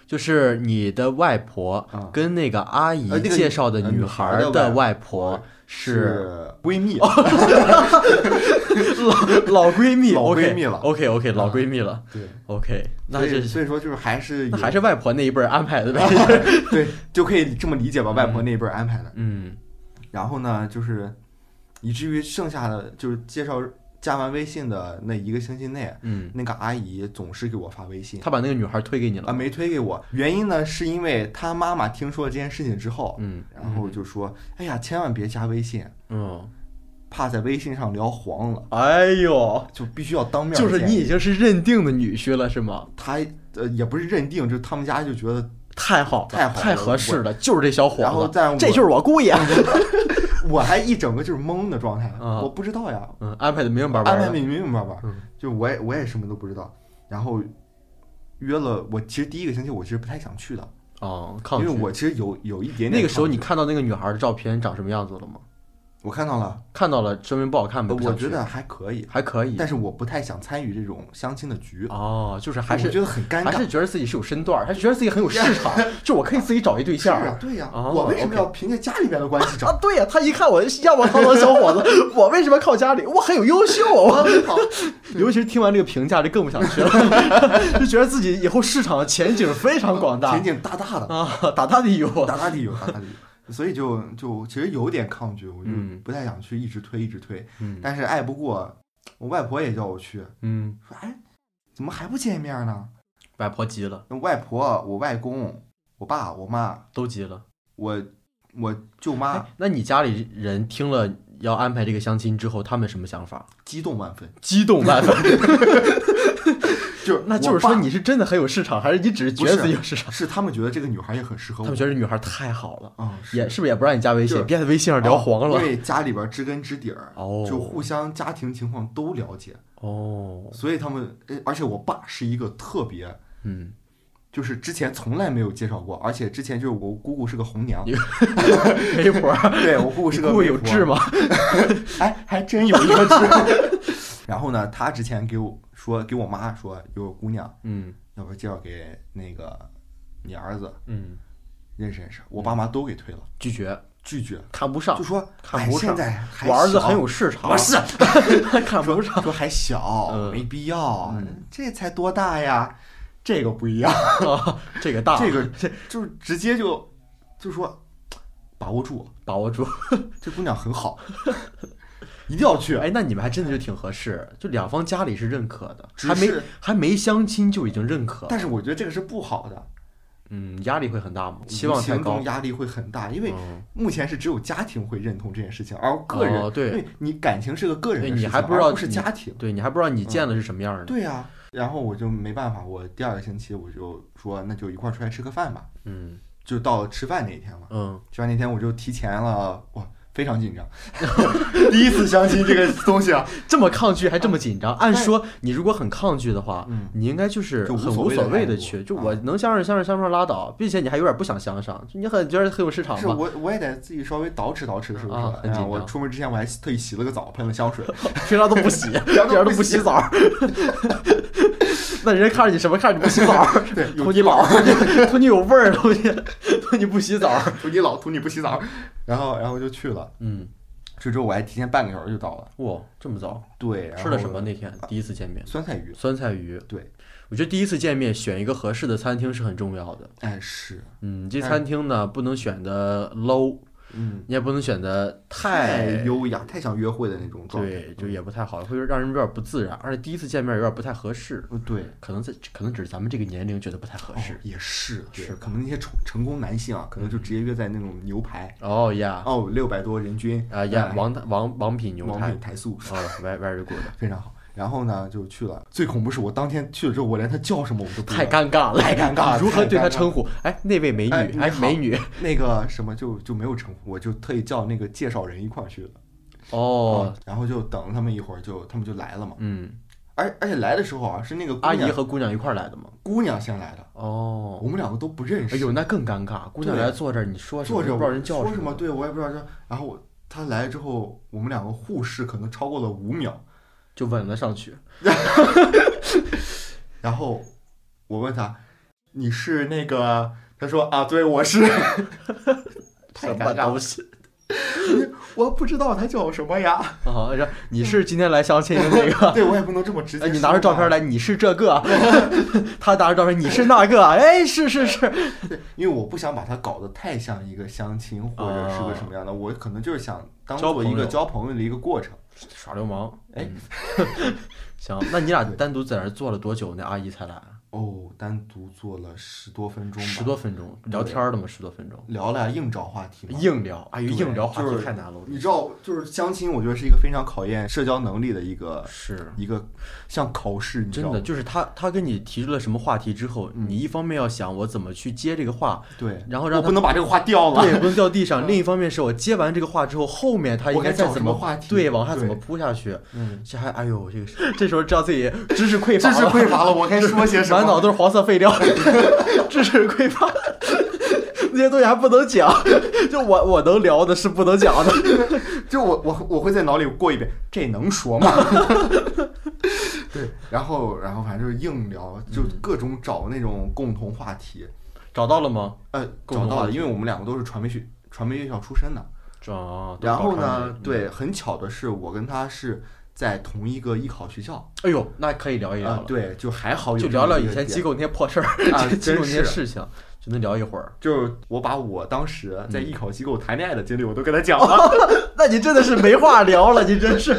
[SPEAKER 2] 就是你的外婆
[SPEAKER 3] 啊
[SPEAKER 2] 嗯跟那个阿姨
[SPEAKER 3] 呃那个
[SPEAKER 2] 介绍的
[SPEAKER 3] 呃
[SPEAKER 2] 女
[SPEAKER 3] 女
[SPEAKER 2] 孩
[SPEAKER 3] 孩
[SPEAKER 2] 儿
[SPEAKER 3] 的
[SPEAKER 2] 的
[SPEAKER 3] 外
[SPEAKER 2] 外婆是哦
[SPEAKER 3] 是闺蜜， *laughs*
[SPEAKER 2] 老闺蜜，
[SPEAKER 3] 老
[SPEAKER 2] OK，
[SPEAKER 3] 闺蜜了
[SPEAKER 2] OK OK，老闺蜜了
[SPEAKER 3] 对，
[SPEAKER 2] ，OK，那 *laughs*
[SPEAKER 3] 所
[SPEAKER 2] 这
[SPEAKER 3] 以所以说啊就是还
[SPEAKER 2] *laughs*
[SPEAKER 3] 是
[SPEAKER 2] 那
[SPEAKER 3] 有
[SPEAKER 2] 还是外婆那一辈儿安排的呗。
[SPEAKER 3] 对，就可以这么理解吧，外婆那一辈儿安排的。
[SPEAKER 2] *laughs* 嗯
[SPEAKER 3] 然后呢，就是以至于剩下的就是介绍加完微信的那一个星期内，
[SPEAKER 2] 嗯，
[SPEAKER 3] 那个阿姨总是给我发微信
[SPEAKER 2] 他把那个女孩推给你了
[SPEAKER 3] 啊，没推给我。原因呢，是因为她妈妈听说了这件事情之后，
[SPEAKER 2] 嗯，
[SPEAKER 3] 然后就说：“哎呀，千万别加微信，
[SPEAKER 2] 嗯，
[SPEAKER 3] 怕在微信上聊黄了，
[SPEAKER 2] 哎呦，
[SPEAKER 3] 就必须要当面见。”
[SPEAKER 2] 就是你已经是认定的女婿了是吗？
[SPEAKER 3] 他呃也不是认定，就是他们家就觉得 *laughs*
[SPEAKER 2] 太好了，
[SPEAKER 3] 太好了
[SPEAKER 2] 合适了，就是这小
[SPEAKER 3] 然后
[SPEAKER 2] 伙子，
[SPEAKER 3] 在我嗯
[SPEAKER 2] 这就是我姑爷。
[SPEAKER 3] 我还一整个就是懵的状态，
[SPEAKER 2] 嗯
[SPEAKER 3] 我不知道呀，
[SPEAKER 2] *laughs* 嗯，安排的明明白白
[SPEAKER 3] 安
[SPEAKER 2] 的。
[SPEAKER 3] 排明明白白
[SPEAKER 2] 嗯，
[SPEAKER 3] 就我也我也什么都不知道，然后约了，我其实第一个星期我其实不太想去的，
[SPEAKER 2] 哦，
[SPEAKER 3] 因
[SPEAKER 2] 抗拒。
[SPEAKER 3] 为我其实有有一点点
[SPEAKER 2] 那个时候
[SPEAKER 3] 抗拒
[SPEAKER 2] 你看到那个女孩的照片长什么样子了吗？
[SPEAKER 3] 我看到了，
[SPEAKER 2] 看到了，说明不好看呗。
[SPEAKER 3] 呃
[SPEAKER 2] 不想
[SPEAKER 3] 我觉
[SPEAKER 2] 去嗯
[SPEAKER 3] 得还可以，
[SPEAKER 2] 还可以
[SPEAKER 3] 但。是我不太想参与这种相亲的局，
[SPEAKER 2] 哦，就是还
[SPEAKER 3] 我觉
[SPEAKER 2] 是
[SPEAKER 3] 得很尴
[SPEAKER 2] 还是
[SPEAKER 3] 尬。啊
[SPEAKER 2] 觉得自己是有身段儿，还是觉得自己很有市场，
[SPEAKER 3] *laughs*
[SPEAKER 2] 就我可以自己找一对
[SPEAKER 3] 是
[SPEAKER 2] 象。
[SPEAKER 3] 啊，对呀、
[SPEAKER 2] 哦
[SPEAKER 3] 我为什么
[SPEAKER 2] OK
[SPEAKER 3] 要凭借家里边的关系
[SPEAKER 2] 啊
[SPEAKER 3] 找？，
[SPEAKER 2] 对呀、他一看我样貌堂堂的小伙子， *laughs* 我为什么靠家里？我很有优秀，我 *laughs*
[SPEAKER 3] 好，
[SPEAKER 2] 尤其是听完这个评价，就更不想去了， *laughs* 就觉得自己以后市场前景非常广 *laughs* 大
[SPEAKER 3] 前景大大的，
[SPEAKER 2] 啊，打他的有，*laughs*
[SPEAKER 3] 大大的有，大大的有，所以就就其实有点抗拒，我就
[SPEAKER 2] 嗯
[SPEAKER 3] 不太想去，一直推，一直推，
[SPEAKER 2] 嗯
[SPEAKER 3] 但是爱不过，我外婆也叫我去，
[SPEAKER 2] 嗯，
[SPEAKER 3] 说哎，怎么还不见面呢？
[SPEAKER 2] 外婆急了，
[SPEAKER 3] 那外婆、我外公、我爸、我妈、
[SPEAKER 2] 都急了。
[SPEAKER 3] 我我舅妈
[SPEAKER 2] 哎，那你家里人听了要安排这个相亲之后，他们什么想法？
[SPEAKER 3] 激动万分，
[SPEAKER 2] 激动万分。
[SPEAKER 3] 就是
[SPEAKER 2] *laughs* 那就是
[SPEAKER 3] 我
[SPEAKER 2] 说
[SPEAKER 3] 爸
[SPEAKER 2] 你是真的很有市场，还是你只是觉得自己有市场？
[SPEAKER 3] 是他们觉得这个女孩也很适合
[SPEAKER 2] 他
[SPEAKER 3] 我，
[SPEAKER 2] 们觉得这女孩太好了，
[SPEAKER 3] 啊、
[SPEAKER 2] 也哦是不是也不让你加微
[SPEAKER 3] 就
[SPEAKER 2] 信哦
[SPEAKER 3] 是，
[SPEAKER 2] 别在微信上聊黄了
[SPEAKER 3] 因。为哦家里边知根知底儿，
[SPEAKER 2] 哦
[SPEAKER 3] 就互相家庭情况都了解，
[SPEAKER 2] 哦，
[SPEAKER 3] 所以他们，呃而且我爸是一个特别，
[SPEAKER 2] *laughs* 嗯，
[SPEAKER 3] 就是之前从来没有介绍过，而且之前就是我姑姑是个红
[SPEAKER 2] *laughs*
[SPEAKER 3] 娘，
[SPEAKER 2] 媒婆儿，
[SPEAKER 3] 对我姑
[SPEAKER 2] *laughs*
[SPEAKER 3] 姑
[SPEAKER 2] 你
[SPEAKER 3] 是
[SPEAKER 2] 姑
[SPEAKER 3] 个
[SPEAKER 2] 姑
[SPEAKER 3] 媒
[SPEAKER 2] 有
[SPEAKER 3] 婆
[SPEAKER 2] 痣？吗？
[SPEAKER 3] *laughs* 哎，还真有一个痣。 *laughs* 然后呢，他之前给我说，给我妈说有个姑娘，
[SPEAKER 2] 嗯
[SPEAKER 3] 要不介绍给那个你儿子
[SPEAKER 2] 嗯，
[SPEAKER 3] 认识认识，我爸妈都给推了，
[SPEAKER 2] 拒绝，
[SPEAKER 3] 拒绝，
[SPEAKER 2] 看不上
[SPEAKER 3] 就。说
[SPEAKER 2] 看
[SPEAKER 3] 哎，
[SPEAKER 2] 不上
[SPEAKER 3] 现在还
[SPEAKER 2] 我儿子
[SPEAKER 3] 小
[SPEAKER 2] 很有市场，
[SPEAKER 3] 不是
[SPEAKER 2] *laughs* 看不上。
[SPEAKER 3] 说还小，
[SPEAKER 2] *laughs* 嗯
[SPEAKER 3] 没必要，
[SPEAKER 2] 嗯
[SPEAKER 3] 这才多大呀？这个不
[SPEAKER 2] *laughs*
[SPEAKER 3] 一样，
[SPEAKER 2] 啊，这个大，
[SPEAKER 3] 这个这就是直接就就说把握住，
[SPEAKER 2] 把握住。
[SPEAKER 3] 这姑娘很好，一定要去。
[SPEAKER 2] 哎，那你们还真的就挺合适，就两方家里是认可的，
[SPEAKER 3] 只
[SPEAKER 2] 还没
[SPEAKER 3] 是
[SPEAKER 2] 还没相亲就已经认可，
[SPEAKER 3] 但是我觉得这个是不好的，
[SPEAKER 2] 嗯，压力会很大吗？期望
[SPEAKER 3] 无
[SPEAKER 2] 太
[SPEAKER 3] 形
[SPEAKER 2] 高
[SPEAKER 3] 中，压力会很大，因为
[SPEAKER 2] 嗯
[SPEAKER 3] 目前是只有家庭会认同这件事情，而个人、
[SPEAKER 2] 哦对
[SPEAKER 3] 因为你感情是个个人的
[SPEAKER 2] 对
[SPEAKER 3] 事情，
[SPEAKER 2] 你还不
[SPEAKER 3] 而
[SPEAKER 2] 知道
[SPEAKER 3] 不是
[SPEAKER 2] 你嗯
[SPEAKER 3] 家庭，
[SPEAKER 2] 对你还不知道你见的是什么样的，
[SPEAKER 3] 对呀、啊然后我就没办法，我第二个星期我就说那就一块儿出来吃个饭吧，
[SPEAKER 2] 嗯
[SPEAKER 3] 就到了吃饭那一天嘛。
[SPEAKER 2] 嗯，
[SPEAKER 3] 吃完那天我就提前了，哇，非常
[SPEAKER 2] *laughs*
[SPEAKER 3] 紧张，第一次相亲这个东西啊，
[SPEAKER 2] 这么抗拒还这么紧张，按说你如果很抗拒的话
[SPEAKER 3] 嗯，
[SPEAKER 2] 你应该就是
[SPEAKER 3] 就无
[SPEAKER 2] 很
[SPEAKER 3] 所
[SPEAKER 2] 无
[SPEAKER 3] 谓的
[SPEAKER 2] 所谓的
[SPEAKER 3] 态度
[SPEAKER 2] 去，就
[SPEAKER 3] 啊
[SPEAKER 2] 我能相上相上相上拉倒，并且你还有点不想相上，就你很觉得很有市场
[SPEAKER 3] 嗯是
[SPEAKER 2] 嘛，
[SPEAKER 3] 我我也得自己稍微捯饬捯饬，是不是？
[SPEAKER 2] 啊很
[SPEAKER 3] 哎呀
[SPEAKER 2] 紧
[SPEAKER 3] 我
[SPEAKER 2] 张
[SPEAKER 3] 出门之前我还特意洗了个澡，喷了
[SPEAKER 2] *laughs*
[SPEAKER 3] 香水，
[SPEAKER 2] *laughs* 平常都不
[SPEAKER 3] *laughs*
[SPEAKER 2] 洗，
[SPEAKER 3] 常
[SPEAKER 2] 平常都不洗澡。 *laughs* 那人家看着你什么？看着你不洗澡，
[SPEAKER 3] 对， *laughs* 有
[SPEAKER 2] 吐你老， *laughs* 吐你有味儿，吐你吐你不洗澡。 *laughs*
[SPEAKER 3] 图你老，图你不洗澡， *laughs* 然后然后就去了，
[SPEAKER 2] 嗯，
[SPEAKER 3] 去之后我还提前半个小时就到了，
[SPEAKER 2] 哇，这么早
[SPEAKER 3] 对，然
[SPEAKER 2] 吃了
[SPEAKER 3] 后
[SPEAKER 2] 什么？那天第一次见面，
[SPEAKER 3] 酸菜鱼，
[SPEAKER 2] 酸菜鱼。
[SPEAKER 3] 对，
[SPEAKER 2] 我觉得第一次见面选一个合适的餐厅是很重要的。
[SPEAKER 3] 哎是，
[SPEAKER 2] 嗯，
[SPEAKER 3] 哎
[SPEAKER 2] 这餐厅呢不能选的 low，
[SPEAKER 3] 嗯，
[SPEAKER 2] 你也不能选的
[SPEAKER 3] 太
[SPEAKER 2] 太。
[SPEAKER 3] 优雅，太想约会的那种状态，嗯
[SPEAKER 2] 对，就也不太好，会让人有点不自然，而且第一次见面有点不太合适，
[SPEAKER 3] 嗯对。
[SPEAKER 2] 可能在可能只是咱们这个年龄觉得不太合
[SPEAKER 3] 哦
[SPEAKER 2] 适。
[SPEAKER 3] 也是，对
[SPEAKER 2] 是吧
[SPEAKER 3] 可能那些成成功男性啊，可
[SPEAKER 2] 嗯
[SPEAKER 3] 能就直接约在那种牛排，
[SPEAKER 2] 哦呀，
[SPEAKER 3] 哦，六百多人均
[SPEAKER 2] 啊呀，
[SPEAKER 3] 哎
[SPEAKER 2] 王王王品牛
[SPEAKER 3] 王
[SPEAKER 2] 排
[SPEAKER 3] 品，台塑，
[SPEAKER 2] 哦，very very
[SPEAKER 3] *laughs*
[SPEAKER 2] good，
[SPEAKER 3] 非常好。然后呢，就去了。最恐怖是我当天去了之后，我连他叫什么我都不知道
[SPEAKER 2] 太尴尬了，
[SPEAKER 3] 太尴尬了
[SPEAKER 2] *laughs* 如何对
[SPEAKER 3] 太尴尬
[SPEAKER 2] 他
[SPEAKER 3] 了
[SPEAKER 2] 称呼？哎，那位美
[SPEAKER 3] 哎
[SPEAKER 2] 女，
[SPEAKER 3] 你
[SPEAKER 2] 哎，
[SPEAKER 3] 好
[SPEAKER 2] 美
[SPEAKER 3] *laughs*
[SPEAKER 2] 女，
[SPEAKER 3] 那个什么就就没有称呼，我就特意叫那个介绍人一块儿去了。
[SPEAKER 2] 哦，
[SPEAKER 3] 嗯，然后就等了他们一会儿就，他们就来了嘛。
[SPEAKER 2] 嗯，
[SPEAKER 3] 而而且来的时候啊，是那个姑
[SPEAKER 2] 阿
[SPEAKER 3] 娘
[SPEAKER 2] 姨和姑娘一块儿来的吗？
[SPEAKER 3] 姑娘先来的，
[SPEAKER 2] 哦
[SPEAKER 3] 我，们两个都不认识。
[SPEAKER 2] 哎呦，那更尴尬，姑娘
[SPEAKER 3] 对
[SPEAKER 2] 来坐这儿，你说什么
[SPEAKER 3] 坐着
[SPEAKER 2] 不知道人叫
[SPEAKER 3] 说什
[SPEAKER 2] 么，
[SPEAKER 3] 对我也不知道这。然后我他来了之后，我们两个互视可能超过了五秒。
[SPEAKER 2] 就吻了上去。
[SPEAKER 3] 然后我问他：“你是那个？”他说：“啊，对，
[SPEAKER 2] *laughs*
[SPEAKER 3] 我是。太
[SPEAKER 2] 什
[SPEAKER 3] 尴尬
[SPEAKER 2] 么
[SPEAKER 3] 了
[SPEAKER 2] 东西 *laughs*
[SPEAKER 3] 我不知道他叫什么呀。”
[SPEAKER 2] 啊？然后你是今天来相亲的那个？
[SPEAKER 3] *laughs* 对我也不能这么直
[SPEAKER 2] *laughs*
[SPEAKER 3] 接。
[SPEAKER 2] 哎，你拿出照片，来，你是这个，啊 *laughs* 他拿出照片，你是那个，哎，是是是，
[SPEAKER 3] 因为我不想把它搞得太像一个相亲或者是个什么样的，我可能就是想当
[SPEAKER 2] 哦交
[SPEAKER 3] 做
[SPEAKER 2] 朋
[SPEAKER 3] 一个
[SPEAKER 2] 友
[SPEAKER 3] 交朋友的一个过程。
[SPEAKER 2] 耍流氓。
[SPEAKER 3] 哎
[SPEAKER 2] 嗯，行，那你俩单独在那儿坐了多久？那阿姨才来啊？
[SPEAKER 3] 哦，单独做了十多分钟吧，
[SPEAKER 2] 十多分钟聊天儿的嘛，十多分钟
[SPEAKER 3] 聊了硬找话题嘛，
[SPEAKER 2] 硬聊，哎呦，
[SPEAKER 3] 对
[SPEAKER 2] 硬聊话
[SPEAKER 3] 就
[SPEAKER 2] 题
[SPEAKER 3] 是
[SPEAKER 2] 太难了，我觉得
[SPEAKER 3] 你知道，就是相亲，我觉得是一个非常考验社交能力的一个
[SPEAKER 2] 是
[SPEAKER 3] 一个像考试，你知
[SPEAKER 2] 真
[SPEAKER 3] 道
[SPEAKER 2] 的，
[SPEAKER 3] 吗？
[SPEAKER 2] 就是他他跟你提出了什么话题之后，你一方面要想我怎么去接这个话，
[SPEAKER 3] 对，
[SPEAKER 2] 然后
[SPEAKER 3] 我
[SPEAKER 2] 让他
[SPEAKER 3] 不能把这个话掉了。
[SPEAKER 2] 对，不能掉地上。另一方面是我接完这个话之后，后面他应该再怎
[SPEAKER 3] 我该找什么话题
[SPEAKER 2] 对往下怎么
[SPEAKER 3] 对
[SPEAKER 2] 铺下去。
[SPEAKER 3] 嗯，
[SPEAKER 2] 这还哎呦，这个是这时候知道自己知识匮乏
[SPEAKER 3] 知
[SPEAKER 2] 了，
[SPEAKER 3] 识匮乏了，我该说些什么？
[SPEAKER 2] 满脑都是黄色废料， *laughs* 知识匮乏， *laughs* 那些东西还不能讲， *laughs* 就我我能聊的是不能讲的。 *laughs*
[SPEAKER 3] 就我我我会在脑里过一遍，这能说吗？ *laughs* 对，然后然后反正就是硬聊，就
[SPEAKER 2] 嗯
[SPEAKER 3] 各种找那种共同话题，
[SPEAKER 2] 找到了吗？
[SPEAKER 3] 呃，
[SPEAKER 2] 共
[SPEAKER 3] 找
[SPEAKER 2] 同
[SPEAKER 3] 到
[SPEAKER 2] 话
[SPEAKER 3] 了，
[SPEAKER 2] 题
[SPEAKER 3] 因为我们两个都是传媒学传媒院校出身的。
[SPEAKER 2] 找。
[SPEAKER 3] 然后
[SPEAKER 2] 找到了
[SPEAKER 3] 呢，，对，很巧的是，我跟他是在同一个艺考学校
[SPEAKER 2] 哎呦，那可以聊一聊
[SPEAKER 3] 啊、
[SPEAKER 2] 了，
[SPEAKER 3] 对，就还好有
[SPEAKER 2] 就
[SPEAKER 3] 这
[SPEAKER 2] 聊
[SPEAKER 3] 么
[SPEAKER 2] 聊
[SPEAKER 3] 一
[SPEAKER 2] 以
[SPEAKER 3] 个
[SPEAKER 2] 前
[SPEAKER 3] 点
[SPEAKER 2] 机构那些破事儿，
[SPEAKER 3] *laughs*
[SPEAKER 2] *laughs* 机
[SPEAKER 3] 啊
[SPEAKER 2] 构那
[SPEAKER 3] 真
[SPEAKER 2] 些
[SPEAKER 3] 是
[SPEAKER 2] 事情，就能聊一会儿。
[SPEAKER 3] 就是我把我当时
[SPEAKER 2] 嗯
[SPEAKER 3] 在艺考机构谈恋爱的经历我都跟他讲
[SPEAKER 2] 哦
[SPEAKER 3] 了，
[SPEAKER 2] 那你真的是没话聊了，你
[SPEAKER 3] *laughs*
[SPEAKER 2] 真是。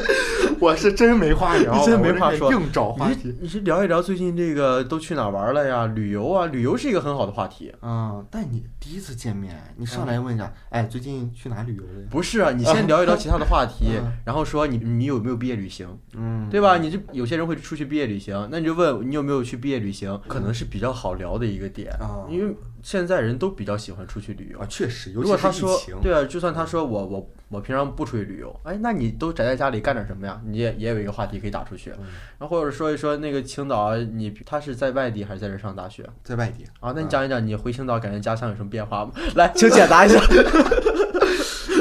[SPEAKER 3] 我是真没
[SPEAKER 2] *laughs*
[SPEAKER 3] 话聊，
[SPEAKER 2] 你真没话说
[SPEAKER 3] 我这硬找话
[SPEAKER 2] 你是
[SPEAKER 3] 题。
[SPEAKER 2] 你是聊一聊最近这个都去哪儿玩了呀？旅游啊，旅游是一个很好的话题。
[SPEAKER 3] 嗯，但你第一次见面，你
[SPEAKER 2] 嗯
[SPEAKER 3] 上来问一下，哎，最近去哪旅游了呀？
[SPEAKER 2] 不是啊，你先聊一聊其他的话题
[SPEAKER 3] *laughs* 嗯，
[SPEAKER 2] 然后说你你有没有毕业旅行，
[SPEAKER 3] 嗯，
[SPEAKER 2] 对吧？你这有些人会出去毕业旅行，那你就问你有没有去毕业旅行，可能是比较好聊的一个点
[SPEAKER 3] 啊，
[SPEAKER 2] 因为现在人都比较喜欢出去旅游
[SPEAKER 3] 啊，。确实，尤
[SPEAKER 2] 如果
[SPEAKER 3] 其
[SPEAKER 2] 他
[SPEAKER 3] 是疫
[SPEAKER 2] 说
[SPEAKER 3] 情，
[SPEAKER 2] 对啊，就算他说我我我平常不出去旅游，哎，那你都宅在家里干点什么呀？你也也有一个话题可以打出去，
[SPEAKER 3] 嗯
[SPEAKER 2] 然后或者说一说那个青岛啊，你他是在外地还是在这上大学？
[SPEAKER 3] 在外地嗯
[SPEAKER 2] 啊，那你讲一讲你回青岛感觉家乡有什么变化吗？ *laughs* 来，请解答一下，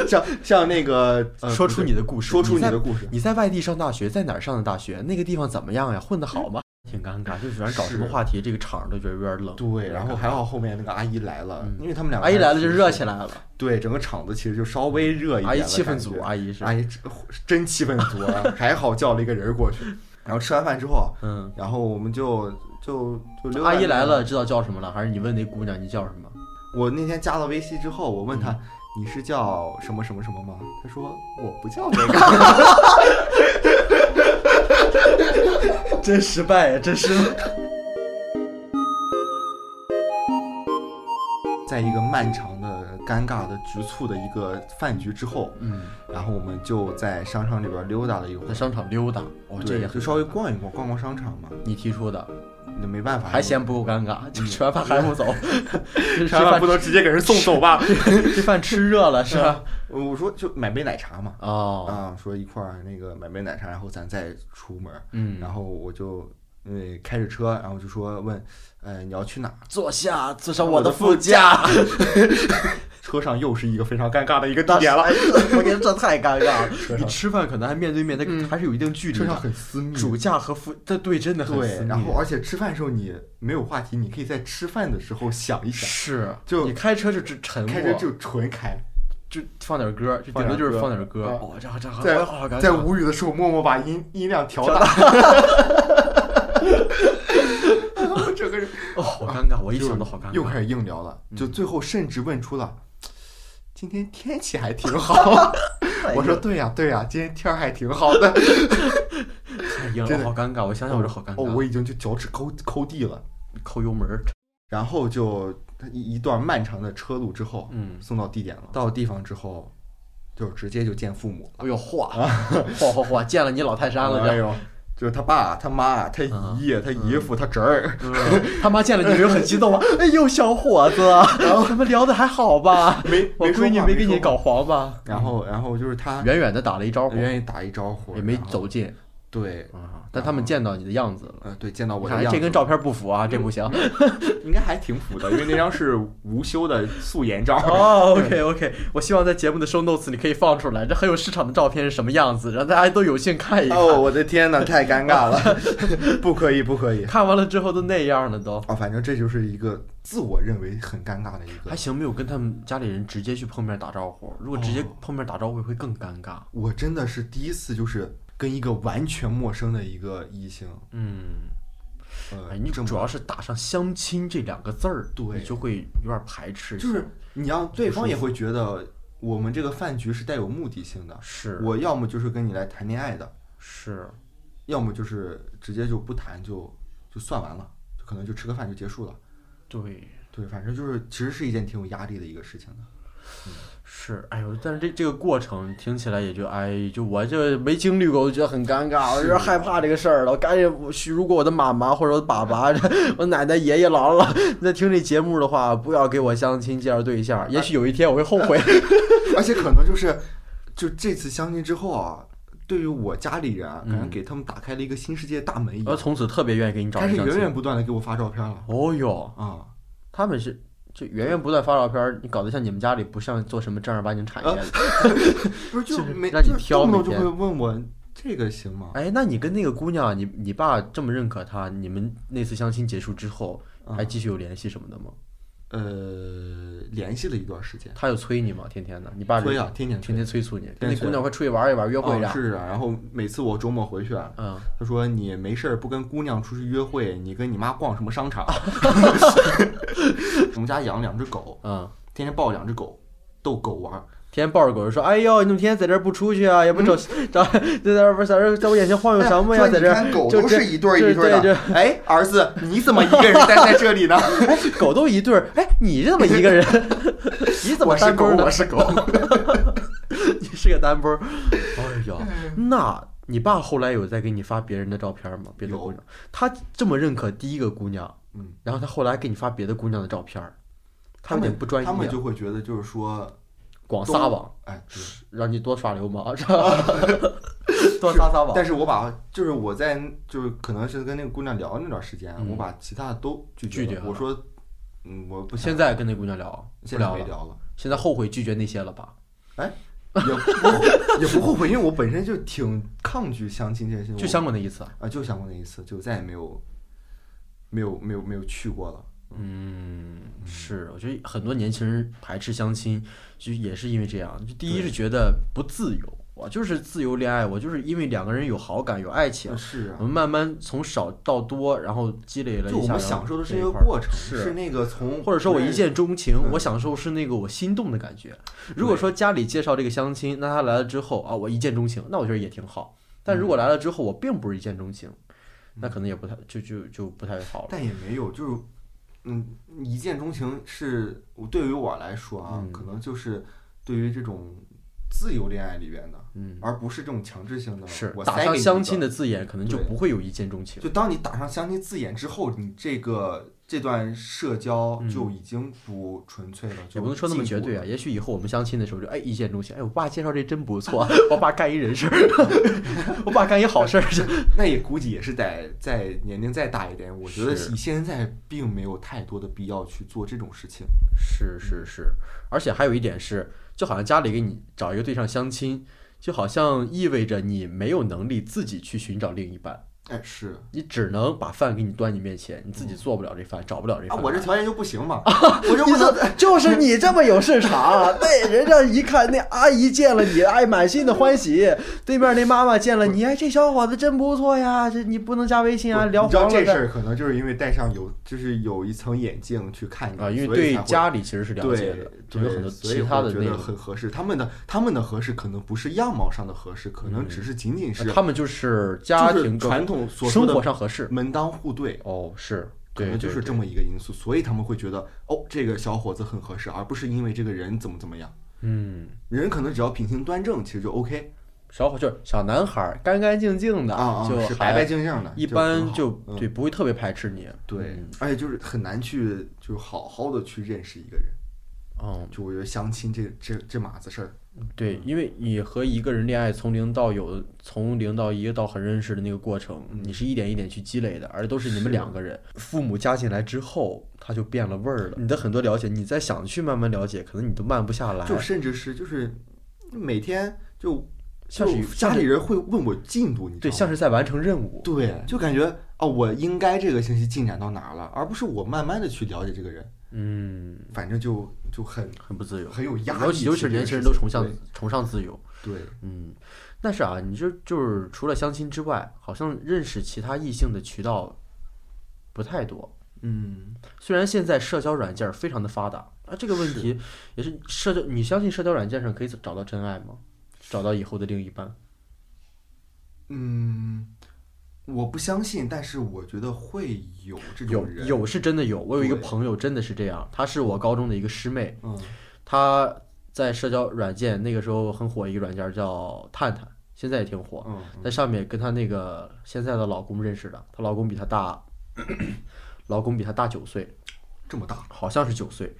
[SPEAKER 3] 像像那个、呃
[SPEAKER 2] 说出你的故事，
[SPEAKER 3] 说出你
[SPEAKER 2] 在
[SPEAKER 3] 的故事
[SPEAKER 2] 你在外地上大学，在哪儿上的大学？那个地方怎么样呀？混得好吗？挺尴尬，就喜欢找什么
[SPEAKER 3] 是
[SPEAKER 2] 话题，这个场儿都觉得有点冷。
[SPEAKER 3] 对，然后还好后面那个阿姨来了，因为他们两个
[SPEAKER 2] 嗯阿姨来了就热
[SPEAKER 3] 来。
[SPEAKER 2] 起来了，
[SPEAKER 3] 对，整个场子其实就稍微热一点。
[SPEAKER 2] 阿姨气氛啊组阿姨是
[SPEAKER 3] 阿姨真哎真气氛组
[SPEAKER 2] *laughs*
[SPEAKER 3] 啊，还好叫了一个人过去。然后吃完饭之后，
[SPEAKER 2] 嗯，
[SPEAKER 3] 然后我们就就就溜达
[SPEAKER 2] 阿姨
[SPEAKER 3] 溜达
[SPEAKER 2] 来了，知道叫什么了？还是你问那姑娘你叫什么？
[SPEAKER 3] 我那天加了微信之后，我问他、
[SPEAKER 2] 嗯
[SPEAKER 3] 你是叫什么什么什么吗？他说我不叫这个。
[SPEAKER 2] *laughs* *laughs* 真失败呀，真失败。
[SPEAKER 3] 在一个漫长的、尴尬的、局促的一个饭局之后，
[SPEAKER 2] *laughs* 嗯，
[SPEAKER 3] 然后我们就在商场里边溜达了一会
[SPEAKER 2] 在
[SPEAKER 3] 儿。
[SPEAKER 2] 商场溜达，哦，这
[SPEAKER 3] 对
[SPEAKER 2] 也
[SPEAKER 3] 就
[SPEAKER 2] 很
[SPEAKER 3] 稍微逛一逛，逛逛商场嘛，
[SPEAKER 2] 你提出的，
[SPEAKER 3] 那没办法，
[SPEAKER 2] 还嫌不够尴尬，就吃完饭还不 *laughs* 走，嗯吃
[SPEAKER 3] 吃完饭不能直接给人送走吧？
[SPEAKER 2] 这饭吃热了 *laughs* 是吧？
[SPEAKER 3] 我 *laughs* 我说就买杯奶茶嘛，
[SPEAKER 2] 哦，
[SPEAKER 3] 啊，说一块儿那个买杯奶茶，然后咱再出门儿。
[SPEAKER 2] 嗯
[SPEAKER 3] 然后我就呃开着车，然后就说问，呃你要去哪儿？
[SPEAKER 2] 坐下，坐上我的副驾。
[SPEAKER 3] 车上又是一个非常尴尬的一个地点了，
[SPEAKER 2] 哎我天，这太尴尬 *laughs* 了！你吃饭可能还面对面，但还是有一定距离
[SPEAKER 3] *laughs* 车上
[SPEAKER 2] 的。
[SPEAKER 3] 很私密。
[SPEAKER 2] 主驾和副，这对真的很私
[SPEAKER 3] 对，
[SPEAKER 2] 密
[SPEAKER 3] 然后而且吃饭的时候你没有话题，你可以在吃饭的时候想一想，
[SPEAKER 2] 是，
[SPEAKER 3] 就
[SPEAKER 2] 你开车就只沉默，
[SPEAKER 3] 开车就纯开，
[SPEAKER 2] 就放点歌，就顶
[SPEAKER 3] 放
[SPEAKER 2] 多
[SPEAKER 3] 点
[SPEAKER 2] 就是
[SPEAKER 3] 歌
[SPEAKER 2] 放点歌。
[SPEAKER 3] 啊
[SPEAKER 2] 哦，这这
[SPEAKER 3] 在
[SPEAKER 2] 我好尴
[SPEAKER 3] 在
[SPEAKER 2] 尬。
[SPEAKER 3] 无语的时候默默把音音量调
[SPEAKER 2] 调
[SPEAKER 3] 大， *laughs* 然后整个人
[SPEAKER 2] 哦，好尴尬，我一
[SPEAKER 3] 就
[SPEAKER 2] 想都好尴
[SPEAKER 3] 又
[SPEAKER 2] 尬。
[SPEAKER 3] 开始硬聊了，嗯就最后甚至问出了。今天天气还 *laughs* 挺好，我说对呀、对呀、今天天儿还挺好的。
[SPEAKER 2] 太硬
[SPEAKER 3] 真
[SPEAKER 2] 了，
[SPEAKER 3] 的
[SPEAKER 2] 好尴尬。我想想，我这好尴
[SPEAKER 3] *laughs* 哦，
[SPEAKER 2] 尬。
[SPEAKER 3] 我已经就脚趾抠抠地了。
[SPEAKER 2] 抠油门儿，
[SPEAKER 3] 然后就一一段漫长的车路之后，
[SPEAKER 2] 嗯
[SPEAKER 3] 送到地点了。到地方之后，就直接就见父母
[SPEAKER 2] 哎呦嚯，嚯嚯嚯，见了你老泰山了，
[SPEAKER 3] 哎
[SPEAKER 2] 这。
[SPEAKER 3] 呦，就是他爸、他妈、他姨、他姨父、他侄儿。
[SPEAKER 2] 他妈见了你没有很激动吗？哎呦，小伙子，咱们聊的还好吧？
[SPEAKER 3] 没
[SPEAKER 2] 我
[SPEAKER 3] 没说
[SPEAKER 2] 闺女
[SPEAKER 3] 话
[SPEAKER 2] 没
[SPEAKER 3] 没
[SPEAKER 2] 给你
[SPEAKER 3] 说话
[SPEAKER 2] 搞黄吧？
[SPEAKER 3] 然后，然后就是他
[SPEAKER 2] 远远的打了一招呼，
[SPEAKER 3] 愿意打一招呼，
[SPEAKER 2] 也没
[SPEAKER 3] 然后。
[SPEAKER 2] 走近
[SPEAKER 3] 对，
[SPEAKER 2] 啊，但他们见到你的样子了，
[SPEAKER 3] 呃，对，见到我的
[SPEAKER 2] 看来
[SPEAKER 3] 样
[SPEAKER 2] 这跟
[SPEAKER 3] 子，
[SPEAKER 2] 照片不符啊，这不行。 *laughs*
[SPEAKER 3] 应该还挺符的，因为那张是无修的素颜照。
[SPEAKER 2] 哦，OK OK，我希望在节目的 show notes 里可以放出来，这很有市场的照片是什么样子，让大家都有幸看一看。
[SPEAKER 3] 哦，我的天呐，太尴尬了， *laughs* 不可以，不可
[SPEAKER 2] *laughs*
[SPEAKER 3] 以。
[SPEAKER 2] 看完了之后都那样了都，
[SPEAKER 3] 啊，反正这就是一个自我认为很尴尬的一个
[SPEAKER 2] 还。行没有跟他们家里人直接去碰面打招呼，如果直接
[SPEAKER 3] 哦
[SPEAKER 2] 碰面打招呼会更尴尬。
[SPEAKER 3] 我真的是第一次，就是跟一个完全陌生的一个异性，
[SPEAKER 2] 嗯，
[SPEAKER 3] 呃，
[SPEAKER 2] 哎，你
[SPEAKER 3] 这么
[SPEAKER 2] 主要是打上相亲这两个字儿，
[SPEAKER 3] 对
[SPEAKER 2] 你就会有点排斥。
[SPEAKER 3] 就是你让对方也会觉得我们这个饭局是带有目的性的。
[SPEAKER 2] 是
[SPEAKER 3] 我要么就是跟你来谈恋爱的，
[SPEAKER 2] 是，
[SPEAKER 3] 要么就是直接就不谈就就算完了，就可能就吃个饭就结束了。
[SPEAKER 2] 对，
[SPEAKER 3] 对，反正就是其实是一件挺有压力的一个事情的。
[SPEAKER 2] 是，哎呦，但是这这个过程听起来也就，哎，就我这没经历过，我就觉得很尴尬，我有点害怕这个事儿了。我赶紧，我去如果我的妈妈或者我的爸爸、我奶奶、爷爷、姥姥在听这节目的话，不要给我相亲介绍对象，也许有一天我会后悔。
[SPEAKER 3] 而且可能就是，就这次相亲之后啊，对于我家里人啊，感觉
[SPEAKER 2] 嗯
[SPEAKER 3] 给他们打开了一个新世界大门一
[SPEAKER 2] 我
[SPEAKER 3] 样，
[SPEAKER 2] 从此特别愿意给你找
[SPEAKER 3] 开
[SPEAKER 2] 人
[SPEAKER 3] 始
[SPEAKER 2] 相
[SPEAKER 3] 源源
[SPEAKER 2] 亲。
[SPEAKER 3] 不断的给我发照片了
[SPEAKER 2] 哦哟，
[SPEAKER 3] 啊。
[SPEAKER 2] 他们是就源源不断发照片儿，你搞得像你们家里不像做什么正儿八经产业的。
[SPEAKER 3] 不是就
[SPEAKER 2] 就是
[SPEAKER 3] 没
[SPEAKER 2] 让你
[SPEAKER 3] 就是
[SPEAKER 2] 挑
[SPEAKER 3] 动不
[SPEAKER 2] 每
[SPEAKER 3] 动就
[SPEAKER 2] 天
[SPEAKER 3] 会问我这个行吗？
[SPEAKER 2] 哎，那你跟那个姑娘，你你爸这么认可她，你们那次相亲结束之后，
[SPEAKER 3] 嗯
[SPEAKER 2] 还继续有联系什么的吗？
[SPEAKER 3] 啊呃，联系了一段时间，
[SPEAKER 2] 他有催你吗？天天的，你爸
[SPEAKER 3] 催啊
[SPEAKER 2] 就
[SPEAKER 3] 天天催
[SPEAKER 2] 天天催促你，跟
[SPEAKER 3] 天
[SPEAKER 2] 那
[SPEAKER 3] 天
[SPEAKER 2] 姑娘快出去玩一玩，约会一
[SPEAKER 3] 啊
[SPEAKER 2] 下。
[SPEAKER 3] 是啊。然后每次我周末回去啊，
[SPEAKER 2] 嗯，
[SPEAKER 3] 他说你没事儿不跟姑娘出去约会，你跟你妈逛什么商场？啊 *laughs*
[SPEAKER 2] *laughs*
[SPEAKER 3] 我们家养两只狗，
[SPEAKER 2] 嗯，
[SPEAKER 3] 天天抱两只狗逗狗玩儿。
[SPEAKER 2] 天天抱着狗就说：“哎呦，你怎么天天在这儿不出去啊？也不找、找， *laughs* 在这儿不是在这儿在我眼前晃悠什么呀？
[SPEAKER 3] 嗯哎
[SPEAKER 2] 在
[SPEAKER 3] 说
[SPEAKER 2] 这
[SPEAKER 3] 你
[SPEAKER 2] 儿
[SPEAKER 3] 看狗
[SPEAKER 2] 就
[SPEAKER 3] 都
[SPEAKER 2] 这
[SPEAKER 3] 是一对儿一对儿
[SPEAKER 2] 这
[SPEAKER 3] 的。哎，儿子，你怎么一个人待在
[SPEAKER 2] *laughs*
[SPEAKER 3] 这里呢？
[SPEAKER 2] 这狗都一对儿。哎，你这么一个人， *laughs* 你怎么
[SPEAKER 3] 我是
[SPEAKER 2] 单
[SPEAKER 3] 狗，
[SPEAKER 2] 波呢
[SPEAKER 3] 我？是狗。
[SPEAKER 2] *laughs* 你是个单波
[SPEAKER 3] *laughs*
[SPEAKER 2] 儿。哎呦，
[SPEAKER 3] 嗯
[SPEAKER 2] 那你爸后来有在给你发别人的照片吗？别的
[SPEAKER 3] 有
[SPEAKER 2] 姑娘，他这么认可第一个姑娘，
[SPEAKER 3] 嗯，
[SPEAKER 2] 然后他后来给你发别的姑娘的照片儿，他们有点不专业，啊
[SPEAKER 3] 他们就会觉得就是说，
[SPEAKER 2] 广撒网，
[SPEAKER 3] 哎，对
[SPEAKER 2] 让你多耍流氓，是吧？ *laughs* 多撒撒网。
[SPEAKER 3] *laughs* 但是我把就是我在就是可能是跟那个姑娘聊那段时间，啊
[SPEAKER 2] 嗯
[SPEAKER 3] 我把其他的都拒绝
[SPEAKER 2] 拒绝了
[SPEAKER 3] 我说，嗯，我不想
[SPEAKER 2] 现在跟那姑娘聊，不
[SPEAKER 3] 现在
[SPEAKER 2] 聊
[SPEAKER 3] 没
[SPEAKER 2] 了。
[SPEAKER 3] 聊了，
[SPEAKER 2] 现在后悔拒绝那些了吧？
[SPEAKER 3] 也不也不后悔，因为我本身就挺抗拒相亲这件事情，
[SPEAKER 2] 就相过那一次。
[SPEAKER 3] 啊就相过那一次，就再也没有没有没有没有去过了。
[SPEAKER 2] 嗯，是，我觉得很多年轻人排斥相亲，就也是因为这样。就第一是觉得不自由，我就是自由恋爱，我就是因为两个人有好感、有爱情，
[SPEAKER 3] 是啊
[SPEAKER 2] 我，们慢慢从少到多，然后积累了一下。
[SPEAKER 3] 就我
[SPEAKER 2] 然后
[SPEAKER 3] 们享受的是
[SPEAKER 2] 这
[SPEAKER 3] 一
[SPEAKER 2] 一
[SPEAKER 3] 个
[SPEAKER 2] 块儿
[SPEAKER 3] 过程，
[SPEAKER 2] 是
[SPEAKER 3] 是那个从
[SPEAKER 2] 或者说我一
[SPEAKER 3] 认
[SPEAKER 2] 见钟情，
[SPEAKER 3] 嗯
[SPEAKER 2] 我享受是那个我心动的感觉。如果
[SPEAKER 3] 对
[SPEAKER 2] 说家里介绍这个相亲，那他来了之后啊，我一见钟情，那我觉得也挺好。
[SPEAKER 3] 嗯
[SPEAKER 2] 但如果来了之后我并不是一见钟情，那可能也不太就就就不太好了。
[SPEAKER 3] 但也没有，就是，嗯，一见钟情是我对于我来说啊，
[SPEAKER 2] 嗯
[SPEAKER 3] 可能就是对于这种自由恋爱里边的，
[SPEAKER 2] 嗯，
[SPEAKER 3] 而不是这种强制性的。
[SPEAKER 2] 是
[SPEAKER 3] 我
[SPEAKER 2] 打
[SPEAKER 3] 塞
[SPEAKER 2] 上
[SPEAKER 3] 给你
[SPEAKER 2] 相
[SPEAKER 3] 一
[SPEAKER 2] 亲
[SPEAKER 3] 个
[SPEAKER 2] 的，字眼，可能就
[SPEAKER 3] 对
[SPEAKER 2] 不会有一见钟情。
[SPEAKER 3] 就当你打上相亲字眼之后，你这个这段社交就已经不纯粹了，
[SPEAKER 2] 嗯也
[SPEAKER 3] 就
[SPEAKER 2] 不能说那么绝
[SPEAKER 3] 进步
[SPEAKER 2] 对啊，
[SPEAKER 3] 了。
[SPEAKER 2] 也许以后我们相亲的时
[SPEAKER 3] *laughs*
[SPEAKER 2] 候就哎一见钟情，哎我爸介绍这真不错，我爸干一人事儿，我爸干一好事儿， *laughs*
[SPEAKER 3] 那也估计也是得在年龄再大一点，我觉得
[SPEAKER 2] 是
[SPEAKER 3] 以现在并没有太多的必要去做这种事情。
[SPEAKER 2] 是是
[SPEAKER 3] 嗯
[SPEAKER 2] 是，而且还有一点是，就好像家里给你找一个对象相亲，就好像意味着你没有能力自己去寻找另一半，
[SPEAKER 3] 哎，是
[SPEAKER 2] 你只能把饭给你端你面前，你自己做不了这饭，找不了这
[SPEAKER 3] 嗯啊，
[SPEAKER 2] 饭。
[SPEAKER 3] 我这条件就不行嘛，我就不能
[SPEAKER 2] *laughs* 就是你这么有市场，那人家一看那阿姨见了你，哎，满心的欢喜；对面那妈妈见了你，哎，这小伙子真不错呀，这你不能加微信啊，
[SPEAKER 3] 不
[SPEAKER 2] 聊
[SPEAKER 3] 你知道
[SPEAKER 2] 黄了
[SPEAKER 3] 这事
[SPEAKER 2] 的
[SPEAKER 3] 儿可能就是因为戴上有就是有一层眼镜去看你
[SPEAKER 2] 啊，因为
[SPEAKER 3] 所以
[SPEAKER 2] 对
[SPEAKER 3] 才会
[SPEAKER 2] 家里其实是了解
[SPEAKER 3] 对
[SPEAKER 2] 的，就有很多
[SPEAKER 3] 所以
[SPEAKER 2] 其
[SPEAKER 3] 会
[SPEAKER 2] 他的
[SPEAKER 3] 觉
[SPEAKER 2] 内
[SPEAKER 3] 得
[SPEAKER 2] 容。
[SPEAKER 3] 很合适。他们的他们的合适可能不是样貌上的合适，可能只是仅仅是
[SPEAKER 2] 他嗯啊们就是家
[SPEAKER 3] 就是
[SPEAKER 2] 庭各
[SPEAKER 3] 传统所说
[SPEAKER 2] 生
[SPEAKER 3] 的
[SPEAKER 2] 活上合适。
[SPEAKER 3] 门当户对，
[SPEAKER 2] 哦，是，
[SPEAKER 3] 可
[SPEAKER 2] 对，
[SPEAKER 3] 能就是
[SPEAKER 2] 对
[SPEAKER 3] 这么一个因素，所以他们会觉得哦，这个小伙子很合适，而不是因为这个人怎么怎么样。
[SPEAKER 2] 嗯，
[SPEAKER 3] 人可能只要品行端正，其实就 OK
[SPEAKER 2] 小伙就是小男孩儿，干干净净的，
[SPEAKER 3] 啊啊，
[SPEAKER 2] 就是还
[SPEAKER 3] 白白净净的，
[SPEAKER 2] 一
[SPEAKER 3] 就
[SPEAKER 2] 般
[SPEAKER 3] 很好
[SPEAKER 2] 就
[SPEAKER 3] 嗯
[SPEAKER 2] 对，不会特别排斥你。
[SPEAKER 3] 对
[SPEAKER 2] 嗯，
[SPEAKER 3] 而且就是很难去就是好好的去认识一个人。
[SPEAKER 2] 嗯，
[SPEAKER 3] 就我觉得相亲这这这码子事儿，
[SPEAKER 2] 对，因为你和一个人恋爱，从零到有，从零到一到很认识的那个过程，你是一点一点去积累的，而都是你们
[SPEAKER 3] 嗯是
[SPEAKER 2] 两个人。父母加进来之后，他就变了味儿了。你的很多了解，你再想去慢慢了解，可能你都慢不下来。
[SPEAKER 3] 就甚至是就是每天就
[SPEAKER 2] 像
[SPEAKER 3] 就是家里人会问我进度，你知
[SPEAKER 2] 对，
[SPEAKER 3] 道
[SPEAKER 2] 像
[SPEAKER 3] 吗？
[SPEAKER 2] 是在完成任务。
[SPEAKER 3] 对，就感觉哦，我应该这个星期进展到哪儿了，而不是我慢慢的去了解这个人，
[SPEAKER 2] 嗯，
[SPEAKER 3] 反正就就很
[SPEAKER 2] 很不自由，
[SPEAKER 3] 很有压力
[SPEAKER 2] 尤其尤其是
[SPEAKER 3] 这件
[SPEAKER 2] 年轻人
[SPEAKER 3] 事
[SPEAKER 2] 都
[SPEAKER 3] 情
[SPEAKER 2] 崇尚
[SPEAKER 3] 对
[SPEAKER 2] 崇尚自由。
[SPEAKER 3] 对，
[SPEAKER 2] 嗯，但是啊，你就就是除了相亲之外，好像认识其他异性的渠道不太多。
[SPEAKER 3] 嗯，
[SPEAKER 2] 虽然现在社交软件儿非常的发达啊，这个问
[SPEAKER 3] 是
[SPEAKER 2] 题也是社交，你相信社交软件上可以找到真爱吗？找到以后的另一半？
[SPEAKER 3] 嗯，我不相信，但是我觉得会有这
[SPEAKER 2] 有
[SPEAKER 3] 种人，
[SPEAKER 2] 有是真的有，我有一个
[SPEAKER 3] 对
[SPEAKER 2] 朋友真的是这样，她是我高中的一个师妹，
[SPEAKER 3] 嗯
[SPEAKER 2] 她在社交软件那个时候很火一个软件叫探探，现在也挺火，
[SPEAKER 3] 嗯嗯
[SPEAKER 2] 在上面跟她那个现在的老公认识的，她老公比她大，老公比她大九岁，
[SPEAKER 3] 这么大，
[SPEAKER 2] 好像是九岁，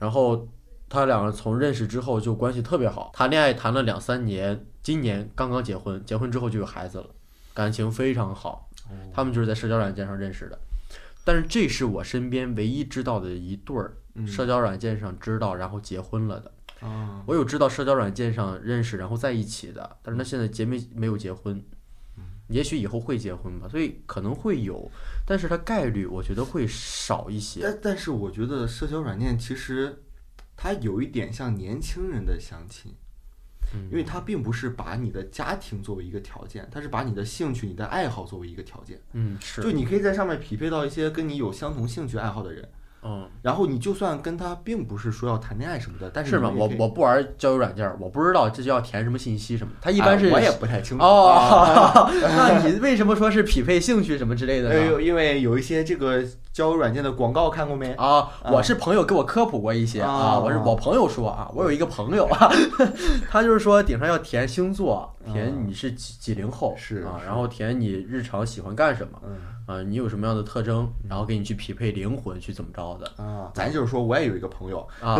[SPEAKER 2] 然后他两个从认识之后就关系特别好，谈恋爱谈了两三年，今年刚刚结婚，结婚之后就有孩子了，感情非常好。他们就是在社交软件上认识的，但是这是我身边唯一知道的一对儿
[SPEAKER 3] 嗯
[SPEAKER 2] 社交软件上知道然后结婚了的。
[SPEAKER 3] 啊，
[SPEAKER 2] 我有知道社交软件上认识然后在一起的，但是他现在结没没有结婚。也许以后会结婚吧，所以可能会有，但是它概率我觉得会少一些。
[SPEAKER 3] 但但是我觉得社交软件其实它有一点像年轻人的相亲，
[SPEAKER 2] 嗯
[SPEAKER 3] 因为它并不是把你的家庭作为一个条件，它是把你的兴趣、你的爱好作为一个条件。
[SPEAKER 2] 嗯，是，
[SPEAKER 3] 就你可以在上面匹配到一些跟你有相同兴趣爱好的人，
[SPEAKER 2] 嗯，
[SPEAKER 3] 然后你就算跟他并不是说要谈恋爱什么的，但
[SPEAKER 2] 是吗？
[SPEAKER 3] 吗？
[SPEAKER 2] 我我不玩交友软件儿，我不知道这就要填什么信息什么。它一般是、
[SPEAKER 3] 哎我也不太清楚啊
[SPEAKER 2] 哦，*laughs*
[SPEAKER 3] *laughs*
[SPEAKER 2] 那你为什么说是匹配兴趣什么之类的
[SPEAKER 3] 哎
[SPEAKER 2] 呢？
[SPEAKER 3] 呦，因为有一些这个交友软件的广告看过没？
[SPEAKER 2] 啊，我是朋友给我科普过一些
[SPEAKER 3] 啊
[SPEAKER 2] 啊，我是我朋友说啊，我有一个朋友 *laughs* 啊，他就是说顶上要填星座，填你是几几零后
[SPEAKER 3] 啊是
[SPEAKER 2] 啊，
[SPEAKER 3] 是
[SPEAKER 2] 然后填你日常喜欢干什么
[SPEAKER 3] 嗯
[SPEAKER 2] 啊，你有什么样的特征，然后给你去匹配灵魂去怎么着的
[SPEAKER 3] 啊，咱就是说，我也有一个朋友，
[SPEAKER 2] 啊？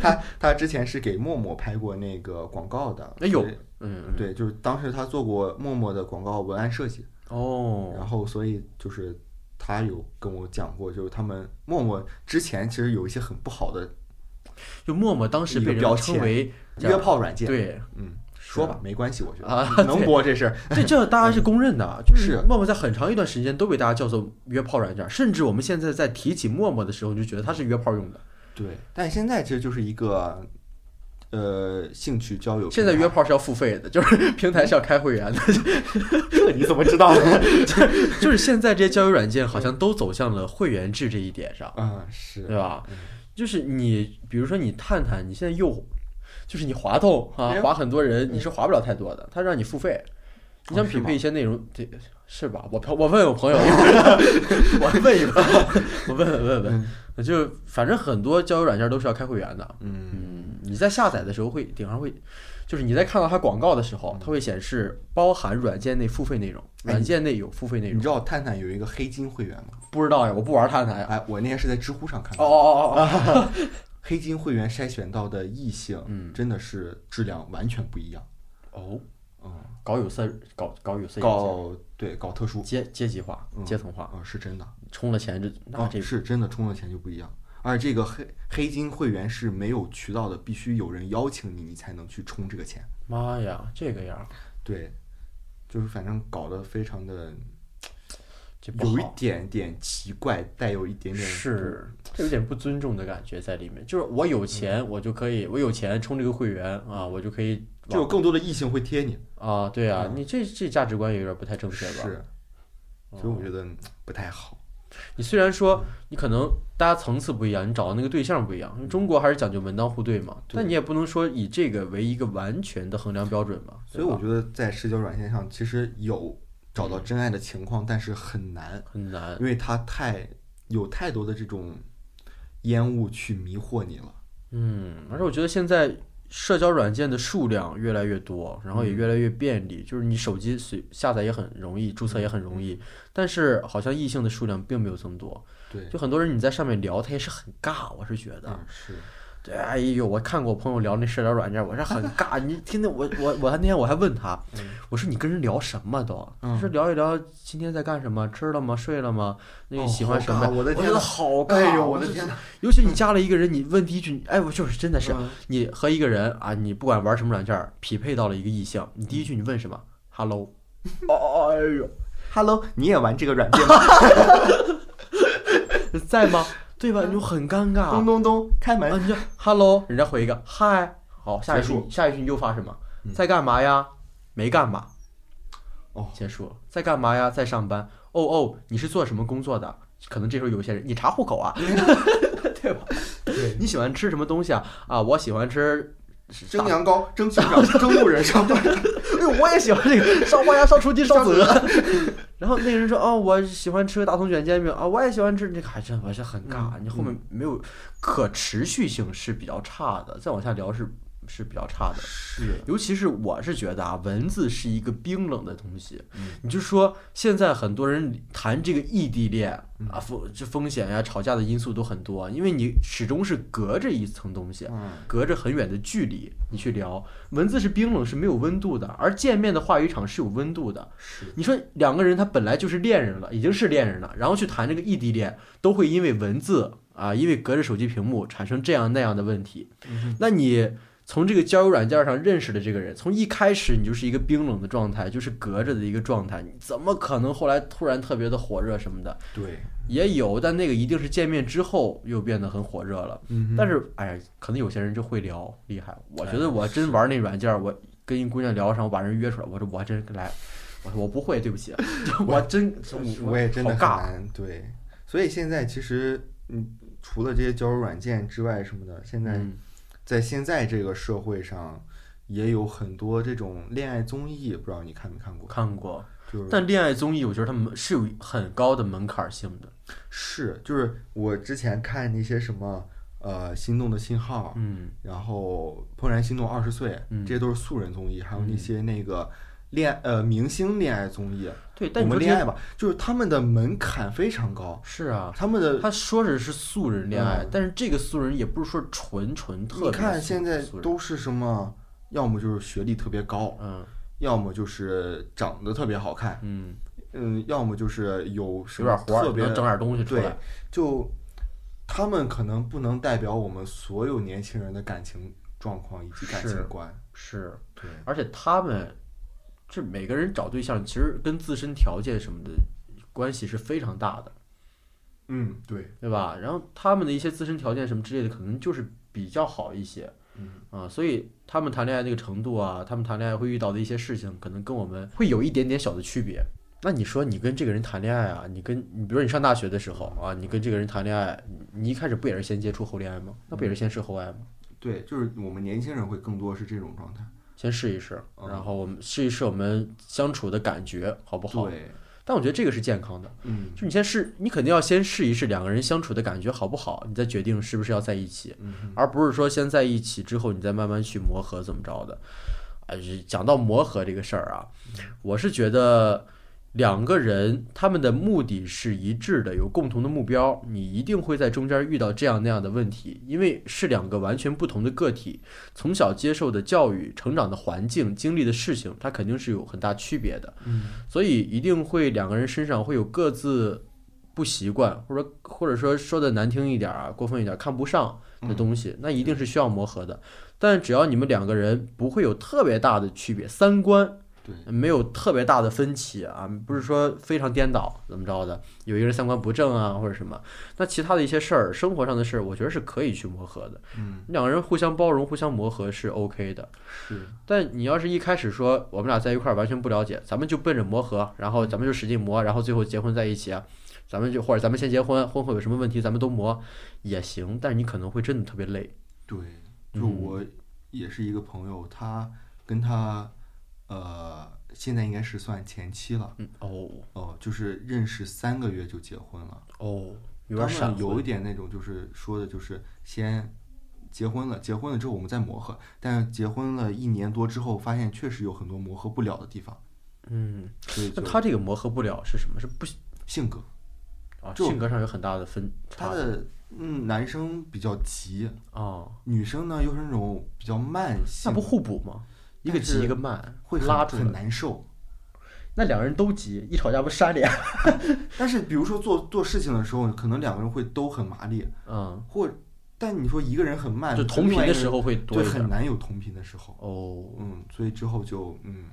[SPEAKER 3] 他他之前是给陌陌拍过那个广告的。
[SPEAKER 2] 哎呦
[SPEAKER 3] 对，
[SPEAKER 2] 嗯，
[SPEAKER 3] 对，就是当时他做过陌陌的广告文案设计，
[SPEAKER 2] 哦，
[SPEAKER 3] 然后所以就是他有跟我讲过，就是他们陌陌之前其实有一些很不好的
[SPEAKER 2] 就陌陌当时被
[SPEAKER 3] 一个标
[SPEAKER 2] 人称
[SPEAKER 3] 签
[SPEAKER 2] 为
[SPEAKER 3] 约炮软件。，
[SPEAKER 2] 对。
[SPEAKER 3] 嗯，说吧，没关系，我觉
[SPEAKER 2] 啊
[SPEAKER 3] 得能
[SPEAKER 2] 对
[SPEAKER 3] 播这
[SPEAKER 2] *laughs*
[SPEAKER 3] 事儿。
[SPEAKER 2] 这这大家是公认
[SPEAKER 3] *laughs*
[SPEAKER 2] 的，就是
[SPEAKER 3] 是
[SPEAKER 2] 陌陌在很长一段时间都被大家叫做约炮软件，甚至我们现在在提起陌陌的时候，就觉得它是约炮用的。
[SPEAKER 3] 对，但现在其实就是一个呃兴趣交友平台。
[SPEAKER 2] 现在约炮是要付费的， *laughs* 就是平台是要开会员的，
[SPEAKER 3] 这你怎么知道的？
[SPEAKER 2] *laughs* 就是现在这些交友软件好像都走向了会员制这一点上，
[SPEAKER 3] *laughs* 嗯，是
[SPEAKER 2] 对吧？就是你，比如说你探探，你现在又就是你滑动啊
[SPEAKER 3] 哎，呦
[SPEAKER 2] 滑很多人，你是滑不了太多的，它让你付费，你想
[SPEAKER 3] 哦是
[SPEAKER 2] 匹
[SPEAKER 3] 吗
[SPEAKER 2] 配一些内容，这是吧？我朋我问我朋友， *laughs* 我问一问，我问问问问。
[SPEAKER 3] 嗯
[SPEAKER 2] 就反正很多交友软件都是要开会员的。
[SPEAKER 3] 嗯
[SPEAKER 2] 嗯，你在下载的时候会顶上会，就是你在看到它广告的时候，它会显示包含软件内付费内容，
[SPEAKER 3] 哎
[SPEAKER 2] 软件内有付费内
[SPEAKER 3] 你
[SPEAKER 2] 容
[SPEAKER 3] 知。道探探有一个黑金会员吗？
[SPEAKER 2] 不知道呀，我不玩探探呀。
[SPEAKER 3] 哎，我那天是在知乎上看
[SPEAKER 2] 哦
[SPEAKER 3] 到的。
[SPEAKER 2] 哦哦哦，
[SPEAKER 3] 黑金会员筛选到的异性，
[SPEAKER 2] 嗯
[SPEAKER 3] 真的是质量完全不一样。
[SPEAKER 2] 哦，
[SPEAKER 3] 嗯，
[SPEAKER 2] 搞有色，搞搞有色眼镜，
[SPEAKER 3] 搞对搞特殊，
[SPEAKER 2] 阶阶级化、
[SPEAKER 3] 嗯
[SPEAKER 2] 阶层化，
[SPEAKER 3] 嗯，是真的，
[SPEAKER 2] 充了钱就那
[SPEAKER 3] 哦
[SPEAKER 2] 这
[SPEAKER 3] 是真的，充了钱就不一样。而这个黑黑金会员是没有渠道的，必须有人邀请你，你才能去充这个钱。
[SPEAKER 2] 妈呀，这个样儿
[SPEAKER 3] 对，就是反正搞得非常的
[SPEAKER 2] 这不
[SPEAKER 3] 有一
[SPEAKER 2] 好。
[SPEAKER 3] 点点奇怪，带有一点点
[SPEAKER 2] 是，这有点不嗯尊重的感觉在里面。就是我有钱，我就可以，我有钱充这个会员啊，我就可以
[SPEAKER 3] 就有更多的异性会贴你，
[SPEAKER 2] 啊，对啊，
[SPEAKER 3] 嗯
[SPEAKER 2] 你这这价值观有点不太正确吧？嗯
[SPEAKER 3] 是，所以我觉得不太好。
[SPEAKER 2] 你虽然说你可能大家层次不一样，你找的那个对象不一样，因为中国还是讲究门当户对嘛，
[SPEAKER 3] 对
[SPEAKER 2] 但你也不能说以这个为一个完全的衡量标准嘛。
[SPEAKER 3] 所以我
[SPEAKER 2] 得
[SPEAKER 3] 觉得在社交软件上其实有找
[SPEAKER 2] 嗯
[SPEAKER 3] 到真爱的情况，但是很难，
[SPEAKER 2] 很难
[SPEAKER 3] 因，为它太有太多的这种烟雾去迷惑你了。
[SPEAKER 2] 嗯，而且我觉得现在。社交软件的数量越来越多，然
[SPEAKER 3] 嗯
[SPEAKER 2] 后也越来越便利，就是你手机随下载也很容易，注册也很容
[SPEAKER 3] 嗯
[SPEAKER 2] 易，但是好像异性的数量并没有增多。
[SPEAKER 3] 对，
[SPEAKER 2] 就很多人你在上面聊，他也是很尬，我是觉得。
[SPEAKER 3] 嗯是，
[SPEAKER 2] 对，哎呦，我看过我朋友聊那社交软件，我是很尬。你听的我我我还那天我还问他，我说你跟人聊什么都？
[SPEAKER 3] 嗯
[SPEAKER 2] 他说聊一聊今天在干什么，吃了吗？睡了吗？那个
[SPEAKER 3] 哦
[SPEAKER 2] 喜欢
[SPEAKER 3] 好
[SPEAKER 2] 什么呀？
[SPEAKER 3] 尬我的天
[SPEAKER 2] 觉得
[SPEAKER 3] 呐
[SPEAKER 2] 好尬，
[SPEAKER 3] 哎呦我的
[SPEAKER 2] 就
[SPEAKER 3] 天呐！
[SPEAKER 2] 尤其你加了一个人，你问第一句，哎，我就是真的是
[SPEAKER 3] 嗯
[SPEAKER 2] 你和一个人啊，你不管玩什么软件儿，匹配到了一个异性，你第一句你问什么？Hello，哦
[SPEAKER 3] *laughs*
[SPEAKER 2] 哎呦，
[SPEAKER 3] Hello，你也玩这个软件吗？
[SPEAKER 2] 在吗？对吧？你就很尴尬。
[SPEAKER 3] *laughs* 咚咚咚，开
[SPEAKER 2] 啊，
[SPEAKER 3] 门。
[SPEAKER 2] 你就 hello，人家回一个 hi，好，下一
[SPEAKER 3] 结
[SPEAKER 2] 句
[SPEAKER 3] 束
[SPEAKER 2] 下一句你又发什么？
[SPEAKER 3] 嗯
[SPEAKER 2] 在干嘛呀？没干嘛。
[SPEAKER 3] 哦
[SPEAKER 2] 结束了。在干嘛呀？在上班。哦哦，你是做什么工作的？可能这时候有些人，你查户口啊，对吧？
[SPEAKER 3] 对，
[SPEAKER 2] 你喜欢吃什么东西啊？啊，我喜欢吃
[SPEAKER 3] 蒸羊羔、蒸熊 *laughs* 掌、蒸牧人上半场。
[SPEAKER 2] 哎，我也喜欢这个烧花鸭、烧雏鸡、
[SPEAKER 3] *laughs*
[SPEAKER 2] 烧子鹅。 *laughs* 然后那个人说：“哦，我喜欢吃大同卷煎饼啊、我也喜欢吃。”这个还真还是很
[SPEAKER 3] 嗯
[SPEAKER 2] 尬，你后面没有可持续性是比较差的，再往下聊是是比较差的。
[SPEAKER 3] 是，
[SPEAKER 2] 尤其是我是觉得啊，文字是一个冰冷的东西。
[SPEAKER 3] 嗯
[SPEAKER 2] 你就说现在很多人谈这个异地恋
[SPEAKER 3] 嗯
[SPEAKER 2] 啊，风这风险呀、吵架的因素都很多，因为你始终是隔着一层东西，
[SPEAKER 3] 嗯，
[SPEAKER 2] 隔着很远的距离你去聊，文字是冰冷是没有温度的，而见面的话语场是有温度的。
[SPEAKER 3] 是
[SPEAKER 2] 你说两个人他本来就是恋人了，已经是恋人了，然后去谈这个异地恋，都会因为文字啊，因为隔着手机屏幕产生这样那样的问题。
[SPEAKER 3] 嗯
[SPEAKER 2] 那你从这个交友软件上认识的这个人，从一开始你就是一个冰冷的状态，就是隔着的一个状态，你怎么可能后来突然特别的火热什么的？
[SPEAKER 3] 对，
[SPEAKER 2] 也有，但那个一定是见面之后又变得很火热了。
[SPEAKER 3] 嗯哎
[SPEAKER 2] 但是哎呀，可能有些人就会聊厉害。我觉得我真玩那软件儿，我跟一姑娘聊上，我把人约出来，我说我还真来，我说我不会，对不
[SPEAKER 3] *laughs*
[SPEAKER 2] 起，我真
[SPEAKER 3] 我我也真的
[SPEAKER 2] 好尬。
[SPEAKER 3] 很难，对，所以现在其实，嗯，除了这些交友软件之外什么的，现在
[SPEAKER 2] 嗯，
[SPEAKER 3] 在现在这个社会上，也有很多这种恋爱综艺，不知道你看没看
[SPEAKER 2] 我
[SPEAKER 3] 过？
[SPEAKER 2] 看过，
[SPEAKER 3] 就是
[SPEAKER 2] 但恋爱综艺我觉得他们是有很高的门槛性的。
[SPEAKER 3] 哦是就是我之前看那些什么呃《心动的信号》，
[SPEAKER 2] 嗯
[SPEAKER 3] 然后《怦然心动二十岁》，
[SPEAKER 2] 嗯
[SPEAKER 3] 这些都是素人综艺，还有那些那个恋呃明星恋爱综艺，
[SPEAKER 2] 对，但
[SPEAKER 3] 我
[SPEAKER 2] 你说
[SPEAKER 3] 们恋
[SPEAKER 2] 这
[SPEAKER 3] 爱吧，就是他们的门槛非常高，
[SPEAKER 2] 是啊，
[SPEAKER 3] 他们的
[SPEAKER 2] 他说是是素人恋爱
[SPEAKER 3] 嗯，
[SPEAKER 2] 但是这个素人也不是说纯纯特别
[SPEAKER 3] 你看
[SPEAKER 2] 素
[SPEAKER 3] 现在
[SPEAKER 2] 素人
[SPEAKER 3] 都是什么，要么就是学历特别高，
[SPEAKER 2] 嗯
[SPEAKER 3] 要么就是长得特别好看，
[SPEAKER 2] 嗯，
[SPEAKER 3] 嗯，要么就是有什
[SPEAKER 2] 有
[SPEAKER 3] 么
[SPEAKER 2] 点活儿
[SPEAKER 3] 特别
[SPEAKER 2] 能整点东西出
[SPEAKER 3] 对
[SPEAKER 2] 来。，
[SPEAKER 3] 就他们可能不能代表我们所有年轻人的感情状况以及感
[SPEAKER 2] 是
[SPEAKER 3] 情观。
[SPEAKER 2] 是，
[SPEAKER 3] 对，
[SPEAKER 2] 而且他们这每个人找对象，其实跟自身条件什么的关系是非常大的，
[SPEAKER 3] 嗯，对，
[SPEAKER 2] 对吧？然后他们的一些自身条件什么之类的，可能就是比较好一些，
[SPEAKER 3] 嗯
[SPEAKER 2] 啊，所以他们谈恋爱那个程度啊，他们谈恋爱会遇到的一些事情，可能跟我们会有一点点小的区别。那你说你跟这个人谈恋爱啊，你跟你比如说你上大学的时候啊，你跟这个人谈恋爱，你一开始不也是先接触后恋爱吗？那不也是先试后爱吗？
[SPEAKER 3] 对，就是我们年轻人会更多是这种状态。
[SPEAKER 2] 先试一试，
[SPEAKER 3] 嗯
[SPEAKER 2] 然后我们试一试我们相处的感觉好不好？
[SPEAKER 3] 对，
[SPEAKER 2] 但我觉得这个是健康的，
[SPEAKER 3] 嗯
[SPEAKER 2] 就你先试，你肯定要先试一试两个人相处的感觉好不好，你再决定是不是要在一起，
[SPEAKER 3] 嗯哼，
[SPEAKER 2] 而不是说先在一起之后你再慢慢去磨合怎么着的。啊，是讲到磨合这个事儿啊，我是觉得两个人他们的目的是一致的，有共同的目标，你一定会在中间遇到这样那样的问题，因为是两个完全不同的个体，从小接受的教育、成长的环境、经历的事情，它肯定是有很大区别的。
[SPEAKER 3] 嗯
[SPEAKER 2] 所以一定会两个人身上会有各自不习惯，或者或者说说的难听一点儿啊，过分一点儿，看不上的东西，那一定是需要磨合的。但只要你们两个人不会有特别大的区别，三观
[SPEAKER 3] 对，
[SPEAKER 2] 没有特别大的分歧啊，不是说非常颠倒怎么着的，有一个人三观不正啊或者什么，那其他的一些事儿，生活上的事儿，我觉得是可以去磨合的。
[SPEAKER 3] 嗯
[SPEAKER 2] 两个人互相包容、互相磨合是 OK 的。
[SPEAKER 3] 是，
[SPEAKER 2] 但你要是一开始说我们俩在一块儿完全不了解，咱们就奔着磨合，然后咱们就使劲磨，然后最后结婚在一起，啊咱们就或者咱们先结婚，婚后有什么问题咱们都磨也行，但是你可能会真的特别累。
[SPEAKER 3] 对，就
[SPEAKER 2] 嗯
[SPEAKER 3] 我也是一个朋友，他跟他呃，现在应该是算前妻了，
[SPEAKER 2] 嗯，哦
[SPEAKER 3] 哦、就是认识三个月就结婚了，
[SPEAKER 2] 哦，有
[SPEAKER 3] 他
[SPEAKER 2] 点闪
[SPEAKER 3] 们有一
[SPEAKER 2] 婚。
[SPEAKER 3] 点那种就是说的就是先结婚了，结婚了之后我们再磨合，但结婚了一年多之后，发现确实有很多磨合不了的地方，
[SPEAKER 2] 嗯，
[SPEAKER 3] 所以
[SPEAKER 2] 那
[SPEAKER 3] 就
[SPEAKER 2] 他这个磨合不了是什么？是不
[SPEAKER 3] 性格，
[SPEAKER 2] 啊，
[SPEAKER 3] 就
[SPEAKER 2] 性格上有很大的分
[SPEAKER 3] 他
[SPEAKER 2] 差
[SPEAKER 3] 的嗯男生比较急，
[SPEAKER 2] 啊，
[SPEAKER 3] 女生呢又是那种比较慢性
[SPEAKER 2] 那不
[SPEAKER 3] 的，
[SPEAKER 2] 互补吗？一个
[SPEAKER 3] 但
[SPEAKER 2] 急
[SPEAKER 3] 是
[SPEAKER 2] 一个慢，
[SPEAKER 3] 会很
[SPEAKER 2] 拉住
[SPEAKER 3] 很
[SPEAKER 2] 了。
[SPEAKER 3] 难受。
[SPEAKER 2] 那两个人都急，一吵架不扇
[SPEAKER 3] *laughs*
[SPEAKER 2] 脸？
[SPEAKER 3] 但是比如说做做事情的时候，可能两个人会都很麻利，
[SPEAKER 2] 嗯，
[SPEAKER 3] 或但你说一个人很慢，
[SPEAKER 2] 就同
[SPEAKER 3] 另
[SPEAKER 2] 频
[SPEAKER 3] 外一
[SPEAKER 2] 的
[SPEAKER 3] 个
[SPEAKER 2] 时
[SPEAKER 3] 人
[SPEAKER 2] 候会多
[SPEAKER 3] 对
[SPEAKER 2] 一点
[SPEAKER 3] 很
[SPEAKER 2] 儿。
[SPEAKER 3] 难有同频的时候。
[SPEAKER 2] 哦，
[SPEAKER 3] 嗯，所以之后就嗯，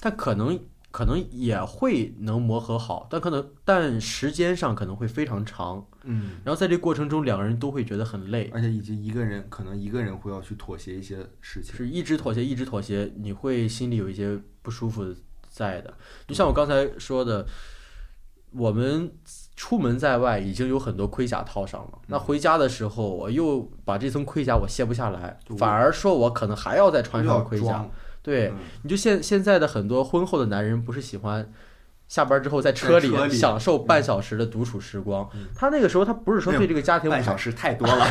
[SPEAKER 2] 但可能可能也会能磨合好，但可能但时间上可能会非常长，
[SPEAKER 3] 嗯，
[SPEAKER 2] 然后在这过程中两个人都会觉得很累，
[SPEAKER 3] 而且以及一个人可能一个人会要去妥协一些事情。
[SPEAKER 2] 是一直妥协一直妥协，你
[SPEAKER 3] 嗯
[SPEAKER 2] 会心里有一些不舒服在的。就像我刚才说的，我们出门在外已经有很多盔甲套上
[SPEAKER 3] 嗯
[SPEAKER 2] 了，那回家的时候我又把这层盔甲我卸不下来
[SPEAKER 3] 对，
[SPEAKER 2] 反而说我可能还要再穿
[SPEAKER 3] 又要
[SPEAKER 2] 上盔甲
[SPEAKER 3] 装。
[SPEAKER 2] 对，
[SPEAKER 3] 嗯
[SPEAKER 2] 你就现现在的很多婚后的男人不是喜欢。下班之后在车
[SPEAKER 3] 在车里
[SPEAKER 2] 里享受半小时的独处时光，
[SPEAKER 3] 嗯
[SPEAKER 2] 他那个时候他不是说对这个家庭
[SPEAKER 3] 半
[SPEAKER 2] 不
[SPEAKER 3] 小时太多了，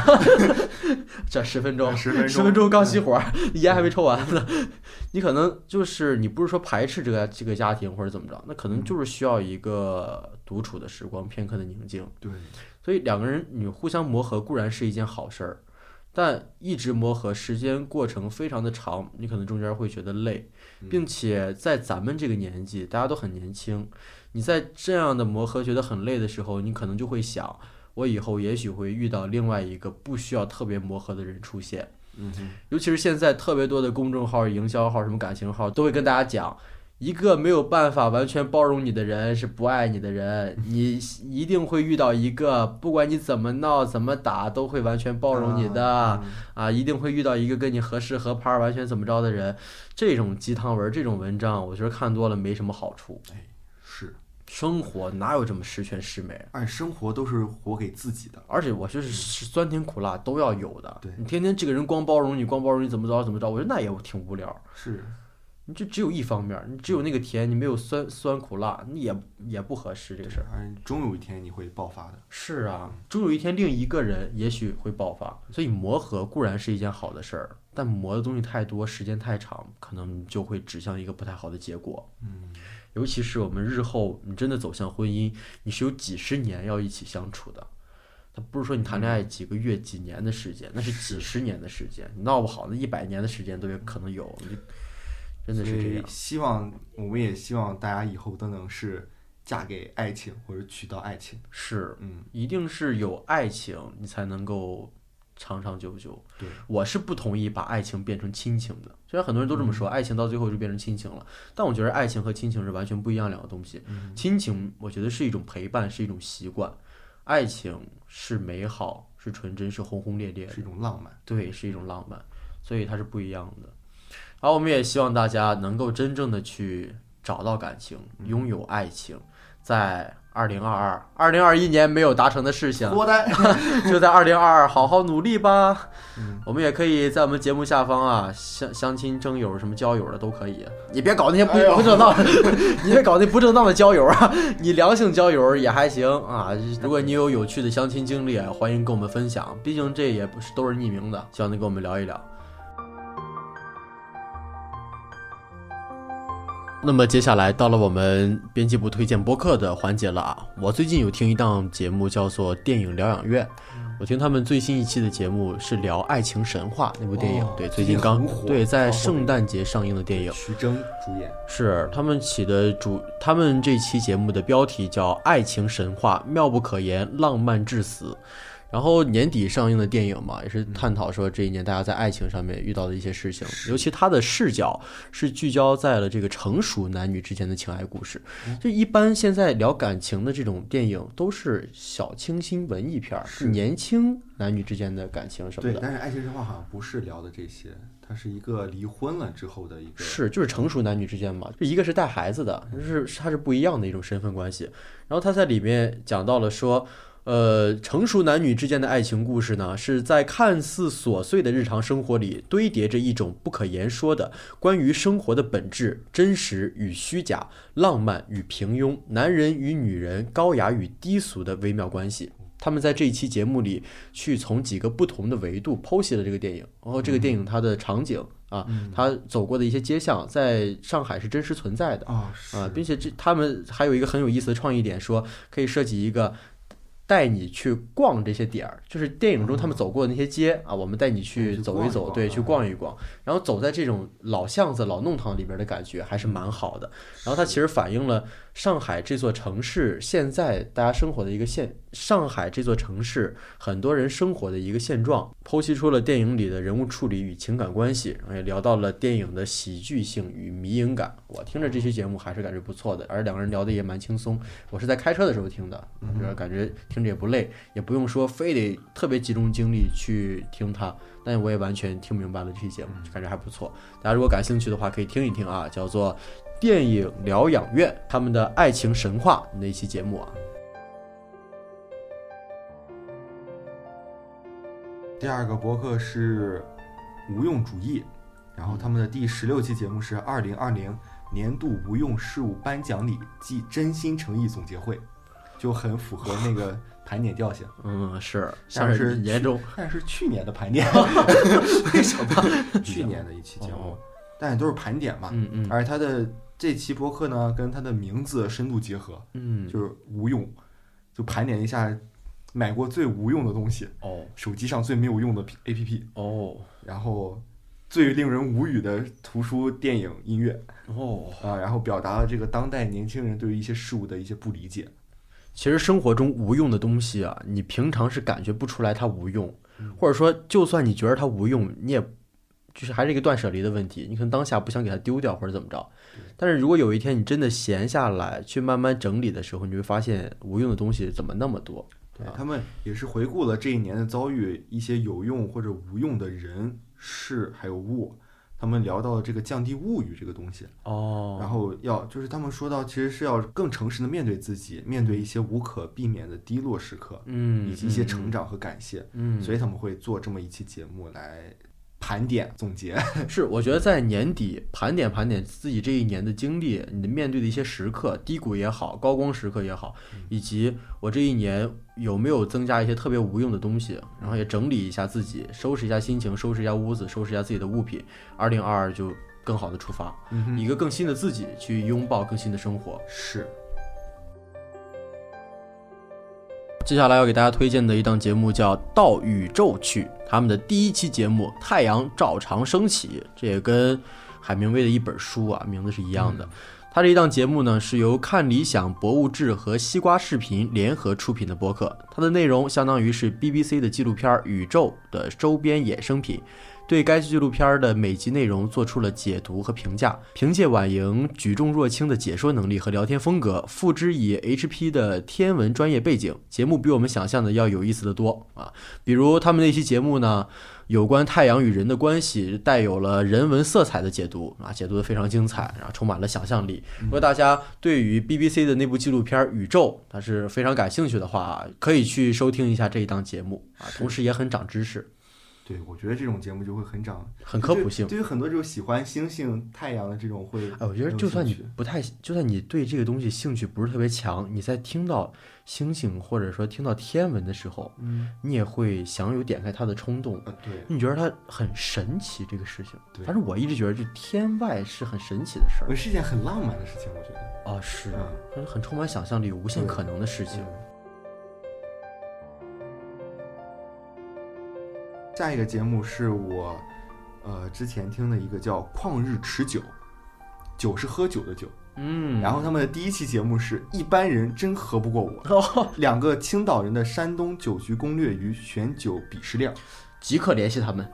[SPEAKER 2] 这十分钟
[SPEAKER 3] *laughs* 十分
[SPEAKER 2] *laughs*
[SPEAKER 3] 钟，嗯
[SPEAKER 2] 十分钟刚熄火，你 *laughs* 烟还没抽完呢。 *laughs* 你可能就是你不是说排斥这个这个家庭或者怎么着，那可能就是需要一个独处的时光，片刻的宁静。
[SPEAKER 3] 对，
[SPEAKER 2] 所以两个人你互相磨合固然是一件好事儿，但一直磨合时间过程非常的长，你可能中间会觉得累，
[SPEAKER 3] 嗯
[SPEAKER 2] 并且在咱们这个年纪，大家都很年轻，你在这样的磨合觉得很累的时候，你可能就会想，我以后也许会遇到另外一个不需要特别磨合的人出现。
[SPEAKER 3] 嗯哼，
[SPEAKER 2] 尤其是现在特别多的公众号、营销号、什么感情号，都会跟大家讲，一个没有办法完全包容你的人是不爱你的人， *laughs* 你一定会遇到一个不管你怎么闹、怎么打都会完 *laughs* 全包容你的
[SPEAKER 3] 啊
[SPEAKER 2] 啊一定会遇到一个跟你合适合拍、完全怎么着的人。这种鸡汤文、这种文章，我觉得看多了没什么好处。
[SPEAKER 3] 是，
[SPEAKER 2] 生活哪有这么十全十美啊？
[SPEAKER 3] 而且生活都是活给自己的，
[SPEAKER 2] 而且我就是是酸甜苦辣都要有的
[SPEAKER 3] 对。
[SPEAKER 2] 你天天这个人光包容你，光包容你怎么着怎么着，我觉得那也挺无聊。
[SPEAKER 3] 是，
[SPEAKER 2] 你就只有一方面儿，你只有那个甜，你没有酸酸苦辣，你也也不合适这个事儿。
[SPEAKER 3] 而哎终有一天你会爆发的，
[SPEAKER 2] 是啊，终有一天另一个人也许会爆发，所以磨合固然是一件好的事儿，但磨的东西太多，时间太长，可能就会指向一个不太好的结果。
[SPEAKER 3] 嗯，
[SPEAKER 2] 尤其是我们日后你真的走向婚姻，你是有几十年要一起相处的，它不是说你谈恋爱几个月、几年的时间，那嗯是几十年的时间，你闹不好那一百年的时间都有可能有，你就真的是这样
[SPEAKER 3] 所以。希望我们也希望大家以后都能是嫁给爱情或者娶到爱情，
[SPEAKER 2] 是，
[SPEAKER 3] 嗯，
[SPEAKER 2] 一定是有爱情，你才能够长长久久。
[SPEAKER 3] 对，
[SPEAKER 2] 我是不同意把爱情变成亲情的。虽然很多人都这么
[SPEAKER 3] 嗯
[SPEAKER 2] 说，爱情到最后就变成亲情了，但我觉得爱情和亲情是完全不一样两个东西。
[SPEAKER 3] 嗯
[SPEAKER 2] 亲情，我觉得是一种陪伴，是一种习惯；爱情是美好，是纯真，是轰轰烈烈的
[SPEAKER 3] 是一种浪漫，
[SPEAKER 2] 对，是一种浪漫，所以它是不一样的。而我们也希望大家能够真正的去找到感情，拥有爱情，在二零二二、二零二一年没有达成的事情，
[SPEAKER 3] 脱
[SPEAKER 2] *laughs*
[SPEAKER 3] 单，
[SPEAKER 2] 就在二零二二好好努力吧。
[SPEAKER 3] 嗯
[SPEAKER 2] 我们也可以在我们节目下方啊，相相亲、征友、什么交友的都可以。你别搞那些不、
[SPEAKER 3] 哎呦
[SPEAKER 2] 不正当的，你别搞那不正当的交友啊，你良性交友也还行啊。如果你有有趣的相亲经历，欢迎跟我们分享，毕竟这也不是都是匿名的，希望能跟我们聊一聊。那么接下来到了我们编辑部推荐播客的环节了啊！我最近有听一档节目叫做《电影疗养院》，我听他们最新一期的节目是聊《爱情神话》那部电影
[SPEAKER 3] 哦，
[SPEAKER 2] 对，
[SPEAKER 3] 最
[SPEAKER 2] 最
[SPEAKER 3] 近
[SPEAKER 2] 近刚
[SPEAKER 3] 很火
[SPEAKER 2] 对在
[SPEAKER 3] 超火
[SPEAKER 2] 圣诞节上映的电影
[SPEAKER 3] 徐峥主演，
[SPEAKER 2] 是他们起的主，他们这期节目的标题叫《爱情神话》，妙不可言，浪漫至死。然后年底上映的电影嘛，也是探讨说这一年大家在爱情上面遇到的一些事情，尤其他的视角是聚焦在了这个成熟男女之间的情爱故事。
[SPEAKER 3] 嗯
[SPEAKER 2] 就一般现在聊感情的这种电影都是小清新文艺片儿，
[SPEAKER 3] 是
[SPEAKER 2] 年轻男女之间的感情什么
[SPEAKER 3] 对，
[SPEAKER 2] 的。
[SPEAKER 3] 但是爱情神话好像不是聊的这些，它是一个离婚了之后的一个，
[SPEAKER 2] 是，就是成熟男女之间嘛，就一个是带孩子的，就是他是不一样的一种身份关系。然后他在里面讲到了说，呃，成熟男女之间的爱情故事呢，是在看似琐碎的日常生活里堆叠着一种不可言说的关于生活的本质、真实与虚假、浪漫与平庸、男人与女人、高雅与低俗的微妙关系。他们在这一期节目里去从几个不同的维度剖析了这个电影，然后这个电影它的场景啊，
[SPEAKER 3] 嗯
[SPEAKER 2] 它走过的一些街巷，在上海是真实存在的。
[SPEAKER 3] 啊，是
[SPEAKER 2] 啊，并且这他们还有一个很有意思的创意点，说可以设计一个带你去逛这些点儿，就是电影中他们走过的那些街、啊，我们带你去
[SPEAKER 3] 嗯去
[SPEAKER 2] 走
[SPEAKER 3] 逛一
[SPEAKER 2] 走，
[SPEAKER 3] 逛
[SPEAKER 2] 对，
[SPEAKER 3] 啊
[SPEAKER 2] 去逛一逛，然后走在这种老巷子、老弄堂里边的感觉还是蛮好的。然后它其实反映了上海这座城市现在大家生活的一个现上海这座城市很多人生活的一个现状，剖析出了电影里的人物处理与情感关系，然后也聊到了电影的喜剧性与迷影感。我听着这期节目还是感觉不错的，而两个人聊得也蛮轻松。我是在开车的时候听的，
[SPEAKER 3] 嗯
[SPEAKER 2] 就是感觉听着也不累，也不用说非得特别集中精力去听它。但我也完全听明白了这期节目，就感觉还不错。大家如果感兴趣的话，可以听一听啊，叫做《电影疗养院》他们的爱情神话那一期节目啊。
[SPEAKER 3] 第二个博客是无用主义，然后他们的第十六期节目是二零二零年度无用事务颁奖礼暨真心诚意总结会，就很符合那 *laughs* 个盘点调性。
[SPEAKER 2] 嗯，是，像
[SPEAKER 3] 但是去
[SPEAKER 2] 年中，
[SPEAKER 3] 但是去年的盘 *laughs* 点，
[SPEAKER 2] 为什么？
[SPEAKER 3] 去年的一期节目
[SPEAKER 2] 哦，
[SPEAKER 3] 但也都是盘点嘛。
[SPEAKER 2] 嗯嗯
[SPEAKER 3] 而它的这期播客呢，跟它的名字深度结合，
[SPEAKER 2] 嗯，
[SPEAKER 3] 就是无用，就盘点一下买过最无用的东西，
[SPEAKER 2] 哦
[SPEAKER 3] 手机上最没有用的 A P P，
[SPEAKER 2] 哦
[SPEAKER 3] 然后最令人无语的图书、电影、音乐
[SPEAKER 2] 哦，
[SPEAKER 3] 啊，然后表达了这个当代年轻人对于一些事物的一些不理解。
[SPEAKER 2] 其实生活中无用的东西啊，你平常是感觉不出来它无用，
[SPEAKER 3] 嗯
[SPEAKER 2] 或者说，就算你觉得它无用，你也就是还是一个断舍离的问题。你可能当下不想给它丢掉或者怎么着，但是如果有一天你真的闲下来去慢慢整理的时候，你会发现无用的东西怎么那么多。
[SPEAKER 3] 对
[SPEAKER 2] 啊
[SPEAKER 3] 他们也是回顾了这一年的遭遇，一些有用或者无用的人、事还有物。他们聊到了这个降低物欲这个东西，
[SPEAKER 2] 哦
[SPEAKER 3] 然后要就是他们说到，其实是要更诚实的面对自己，面对一些无可避免的低落时刻，
[SPEAKER 2] 嗯，
[SPEAKER 3] 以及一些
[SPEAKER 2] 嗯
[SPEAKER 3] 成，长和感谢。
[SPEAKER 2] 嗯，
[SPEAKER 3] 所以他们会做这么一期节目来盘点总结。
[SPEAKER 2] *laughs* 是，我觉得在年底盘点盘点自己这一年的经历，你的面对的一些时刻，低谷也好，高光时刻也好，以及我这一年有没有增加一些特别无用的东西，然后也整理一下自己，收拾一下心情，收拾一下屋子，收拾一下自己的物品。二零二二就更好的出发，
[SPEAKER 3] 嗯
[SPEAKER 2] 一个更新的自己去拥抱更新的生活。
[SPEAKER 3] 是，
[SPEAKER 2] 接下来要给大家推荐的一档节目叫《到宇宙去》，他们的第一期节目《太阳照常升起》，这也跟海明威的一本书啊名字是一样的。它这一档节目呢，是由看理想、博物志和西瓜视频联合出品的播客。它的内容相当于是 BBC 的纪录片《宇宙》的周边衍生品，对该纪录片的每集内容做出了解读和评价。凭借婉莹举重若轻的解说能力和聊天风格，付之以 HP 的天文专业背景，节目比我们想象的要有意思的多啊！比如他们那期节目呢，有关太阳与人的关系，带有了人文色彩的解读啊，解读的非常精彩，然后充满了想象力。如果大家对于 BBC 的那部纪录片《宇宙》它是非常感兴趣的话，可以去收听一下这一档节目啊，
[SPEAKER 3] 是
[SPEAKER 2] 同时也很长知识，
[SPEAKER 3] 对，我觉得这种节目就会很长
[SPEAKER 2] 很科普
[SPEAKER 3] 对
[SPEAKER 2] 性。
[SPEAKER 3] 对于很多这种喜欢星星、太阳的这种会，
[SPEAKER 2] 哎，我觉得就算你不太，就算你对这个东西兴趣不是特别强，你在听到星星或者说听到天文的时候，
[SPEAKER 3] 嗯，
[SPEAKER 2] 你也会想有点开它的冲动。
[SPEAKER 3] 啊，对，
[SPEAKER 2] 你觉得它很神奇这个事情，
[SPEAKER 3] 对
[SPEAKER 2] 但是我一直觉得这天外是很神奇的事
[SPEAKER 3] 我是一件很浪漫的事情，我觉得。
[SPEAKER 2] 儿啊，是
[SPEAKER 3] 嗯，
[SPEAKER 2] 它是很充满想象力、无限
[SPEAKER 3] 对
[SPEAKER 2] 可能的事情。
[SPEAKER 3] 嗯下一个节目是我，呃，之前听的一个叫《旷日持久》，酒是喝酒的酒。
[SPEAKER 2] 嗯，
[SPEAKER 3] 然后他们的第一期节目是一般人真喝不过我，
[SPEAKER 2] 后
[SPEAKER 3] *laughs* 两个青岛人的山东酒局攻略与选酒鄙视链。
[SPEAKER 2] 即刻联系他们。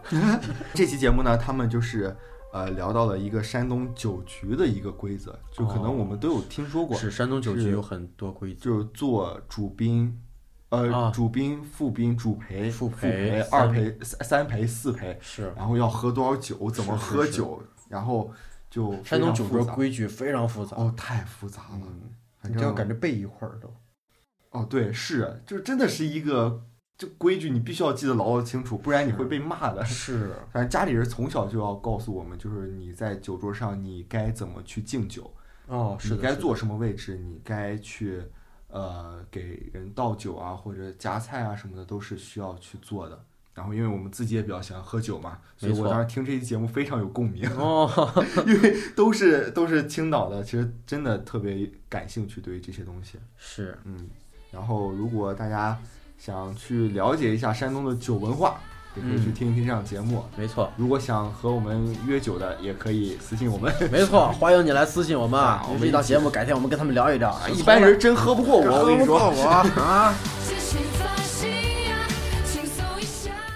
[SPEAKER 3] 这期节目呢，他们就是呃聊到了一个山东酒局的一个规则，就可能我们都有听说过，
[SPEAKER 2] 哦是山东酒局
[SPEAKER 3] 是
[SPEAKER 2] 有很多规则，
[SPEAKER 3] 就是做主宾，呃，
[SPEAKER 2] 啊
[SPEAKER 3] 主宾、副宾、主陪、
[SPEAKER 2] 副陪
[SPEAKER 3] 陪、
[SPEAKER 2] 三
[SPEAKER 3] 二陪、三三陪、四陪，
[SPEAKER 2] 是
[SPEAKER 3] 然后要喝多少酒，怎么
[SPEAKER 2] 是
[SPEAKER 3] 喝
[SPEAKER 2] 是
[SPEAKER 3] 酒，然后就非
[SPEAKER 2] 山东
[SPEAKER 3] 常
[SPEAKER 2] 酒
[SPEAKER 3] 复
[SPEAKER 2] 桌
[SPEAKER 3] 杂
[SPEAKER 2] 规矩非常复杂，
[SPEAKER 3] 哦，太复杂了，
[SPEAKER 2] 嗯
[SPEAKER 3] 反
[SPEAKER 2] 你就
[SPEAKER 3] 正
[SPEAKER 2] 感觉背一块 *laughs* 儿都。
[SPEAKER 3] 哦，对，是，就真的是一个就规矩，你必须要记得牢牢清楚，不然你会被骂的。
[SPEAKER 2] 是，
[SPEAKER 3] 反正家里人从小就要告诉我们，就是你在酒桌上你该怎么去敬酒，
[SPEAKER 2] 哦，是
[SPEAKER 3] 你
[SPEAKER 2] 的
[SPEAKER 3] 该
[SPEAKER 2] 是的
[SPEAKER 3] 坐什么位置，你该去呃给人倒酒啊或者夹菜啊什么的都是需要去做的。然后因为我们自己也比较喜欢喝酒嘛，所以
[SPEAKER 2] 没
[SPEAKER 3] 我
[SPEAKER 2] 错
[SPEAKER 3] 当时听这期节目非常有
[SPEAKER 2] *laughs*
[SPEAKER 3] 共鸣，
[SPEAKER 2] 哦，
[SPEAKER 3] 因为都是都是青岛的，其实真的特别感兴趣对于这些东西。
[SPEAKER 2] 是
[SPEAKER 3] 嗯，然后如果大家想去了解一下山东的酒文化，也可以去
[SPEAKER 2] 嗯
[SPEAKER 3] 听一听这档节目。
[SPEAKER 2] 没错，
[SPEAKER 3] 如果想和我们约酒的，也可以私信我们。 *laughs*
[SPEAKER 2] 没错，欢迎你来私信我们啊
[SPEAKER 3] 啊！
[SPEAKER 2] 我
[SPEAKER 3] 我
[SPEAKER 2] 们
[SPEAKER 3] 们
[SPEAKER 2] 这档
[SPEAKER 3] 一起
[SPEAKER 2] 啊节目改天我们跟他们聊一聊，
[SPEAKER 3] *laughs* 一般人真喝不过我，我跟你说。
[SPEAKER 2] 啊！
[SPEAKER 4] 这是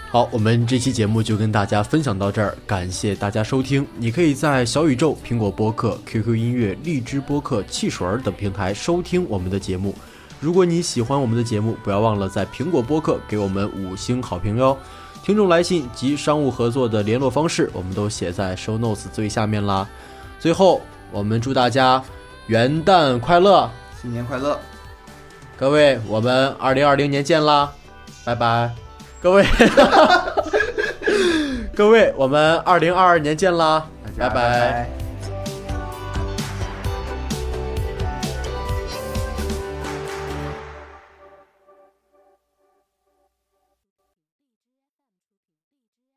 [SPEAKER 2] 好，我们这期节目就跟大家分享到这儿，感谢大家收听。你可以在小宇宙、苹果播客、QQ 音乐、荔枝播客、汽水儿等平台收听我们的节目。如果你喜欢我们的节目，不要忘了在苹果播客给我们五星好评哟。听众来信及商务合作的联络方式，我们都写在 show notes 最下面啦。最后，我们祝大家元旦快乐，
[SPEAKER 5] 新年快乐，
[SPEAKER 2] 各位，我们二零二零年见啦，拜拜，各位， *laughs* 各位，我们二零二二年见啦，拜
[SPEAKER 5] 拜拜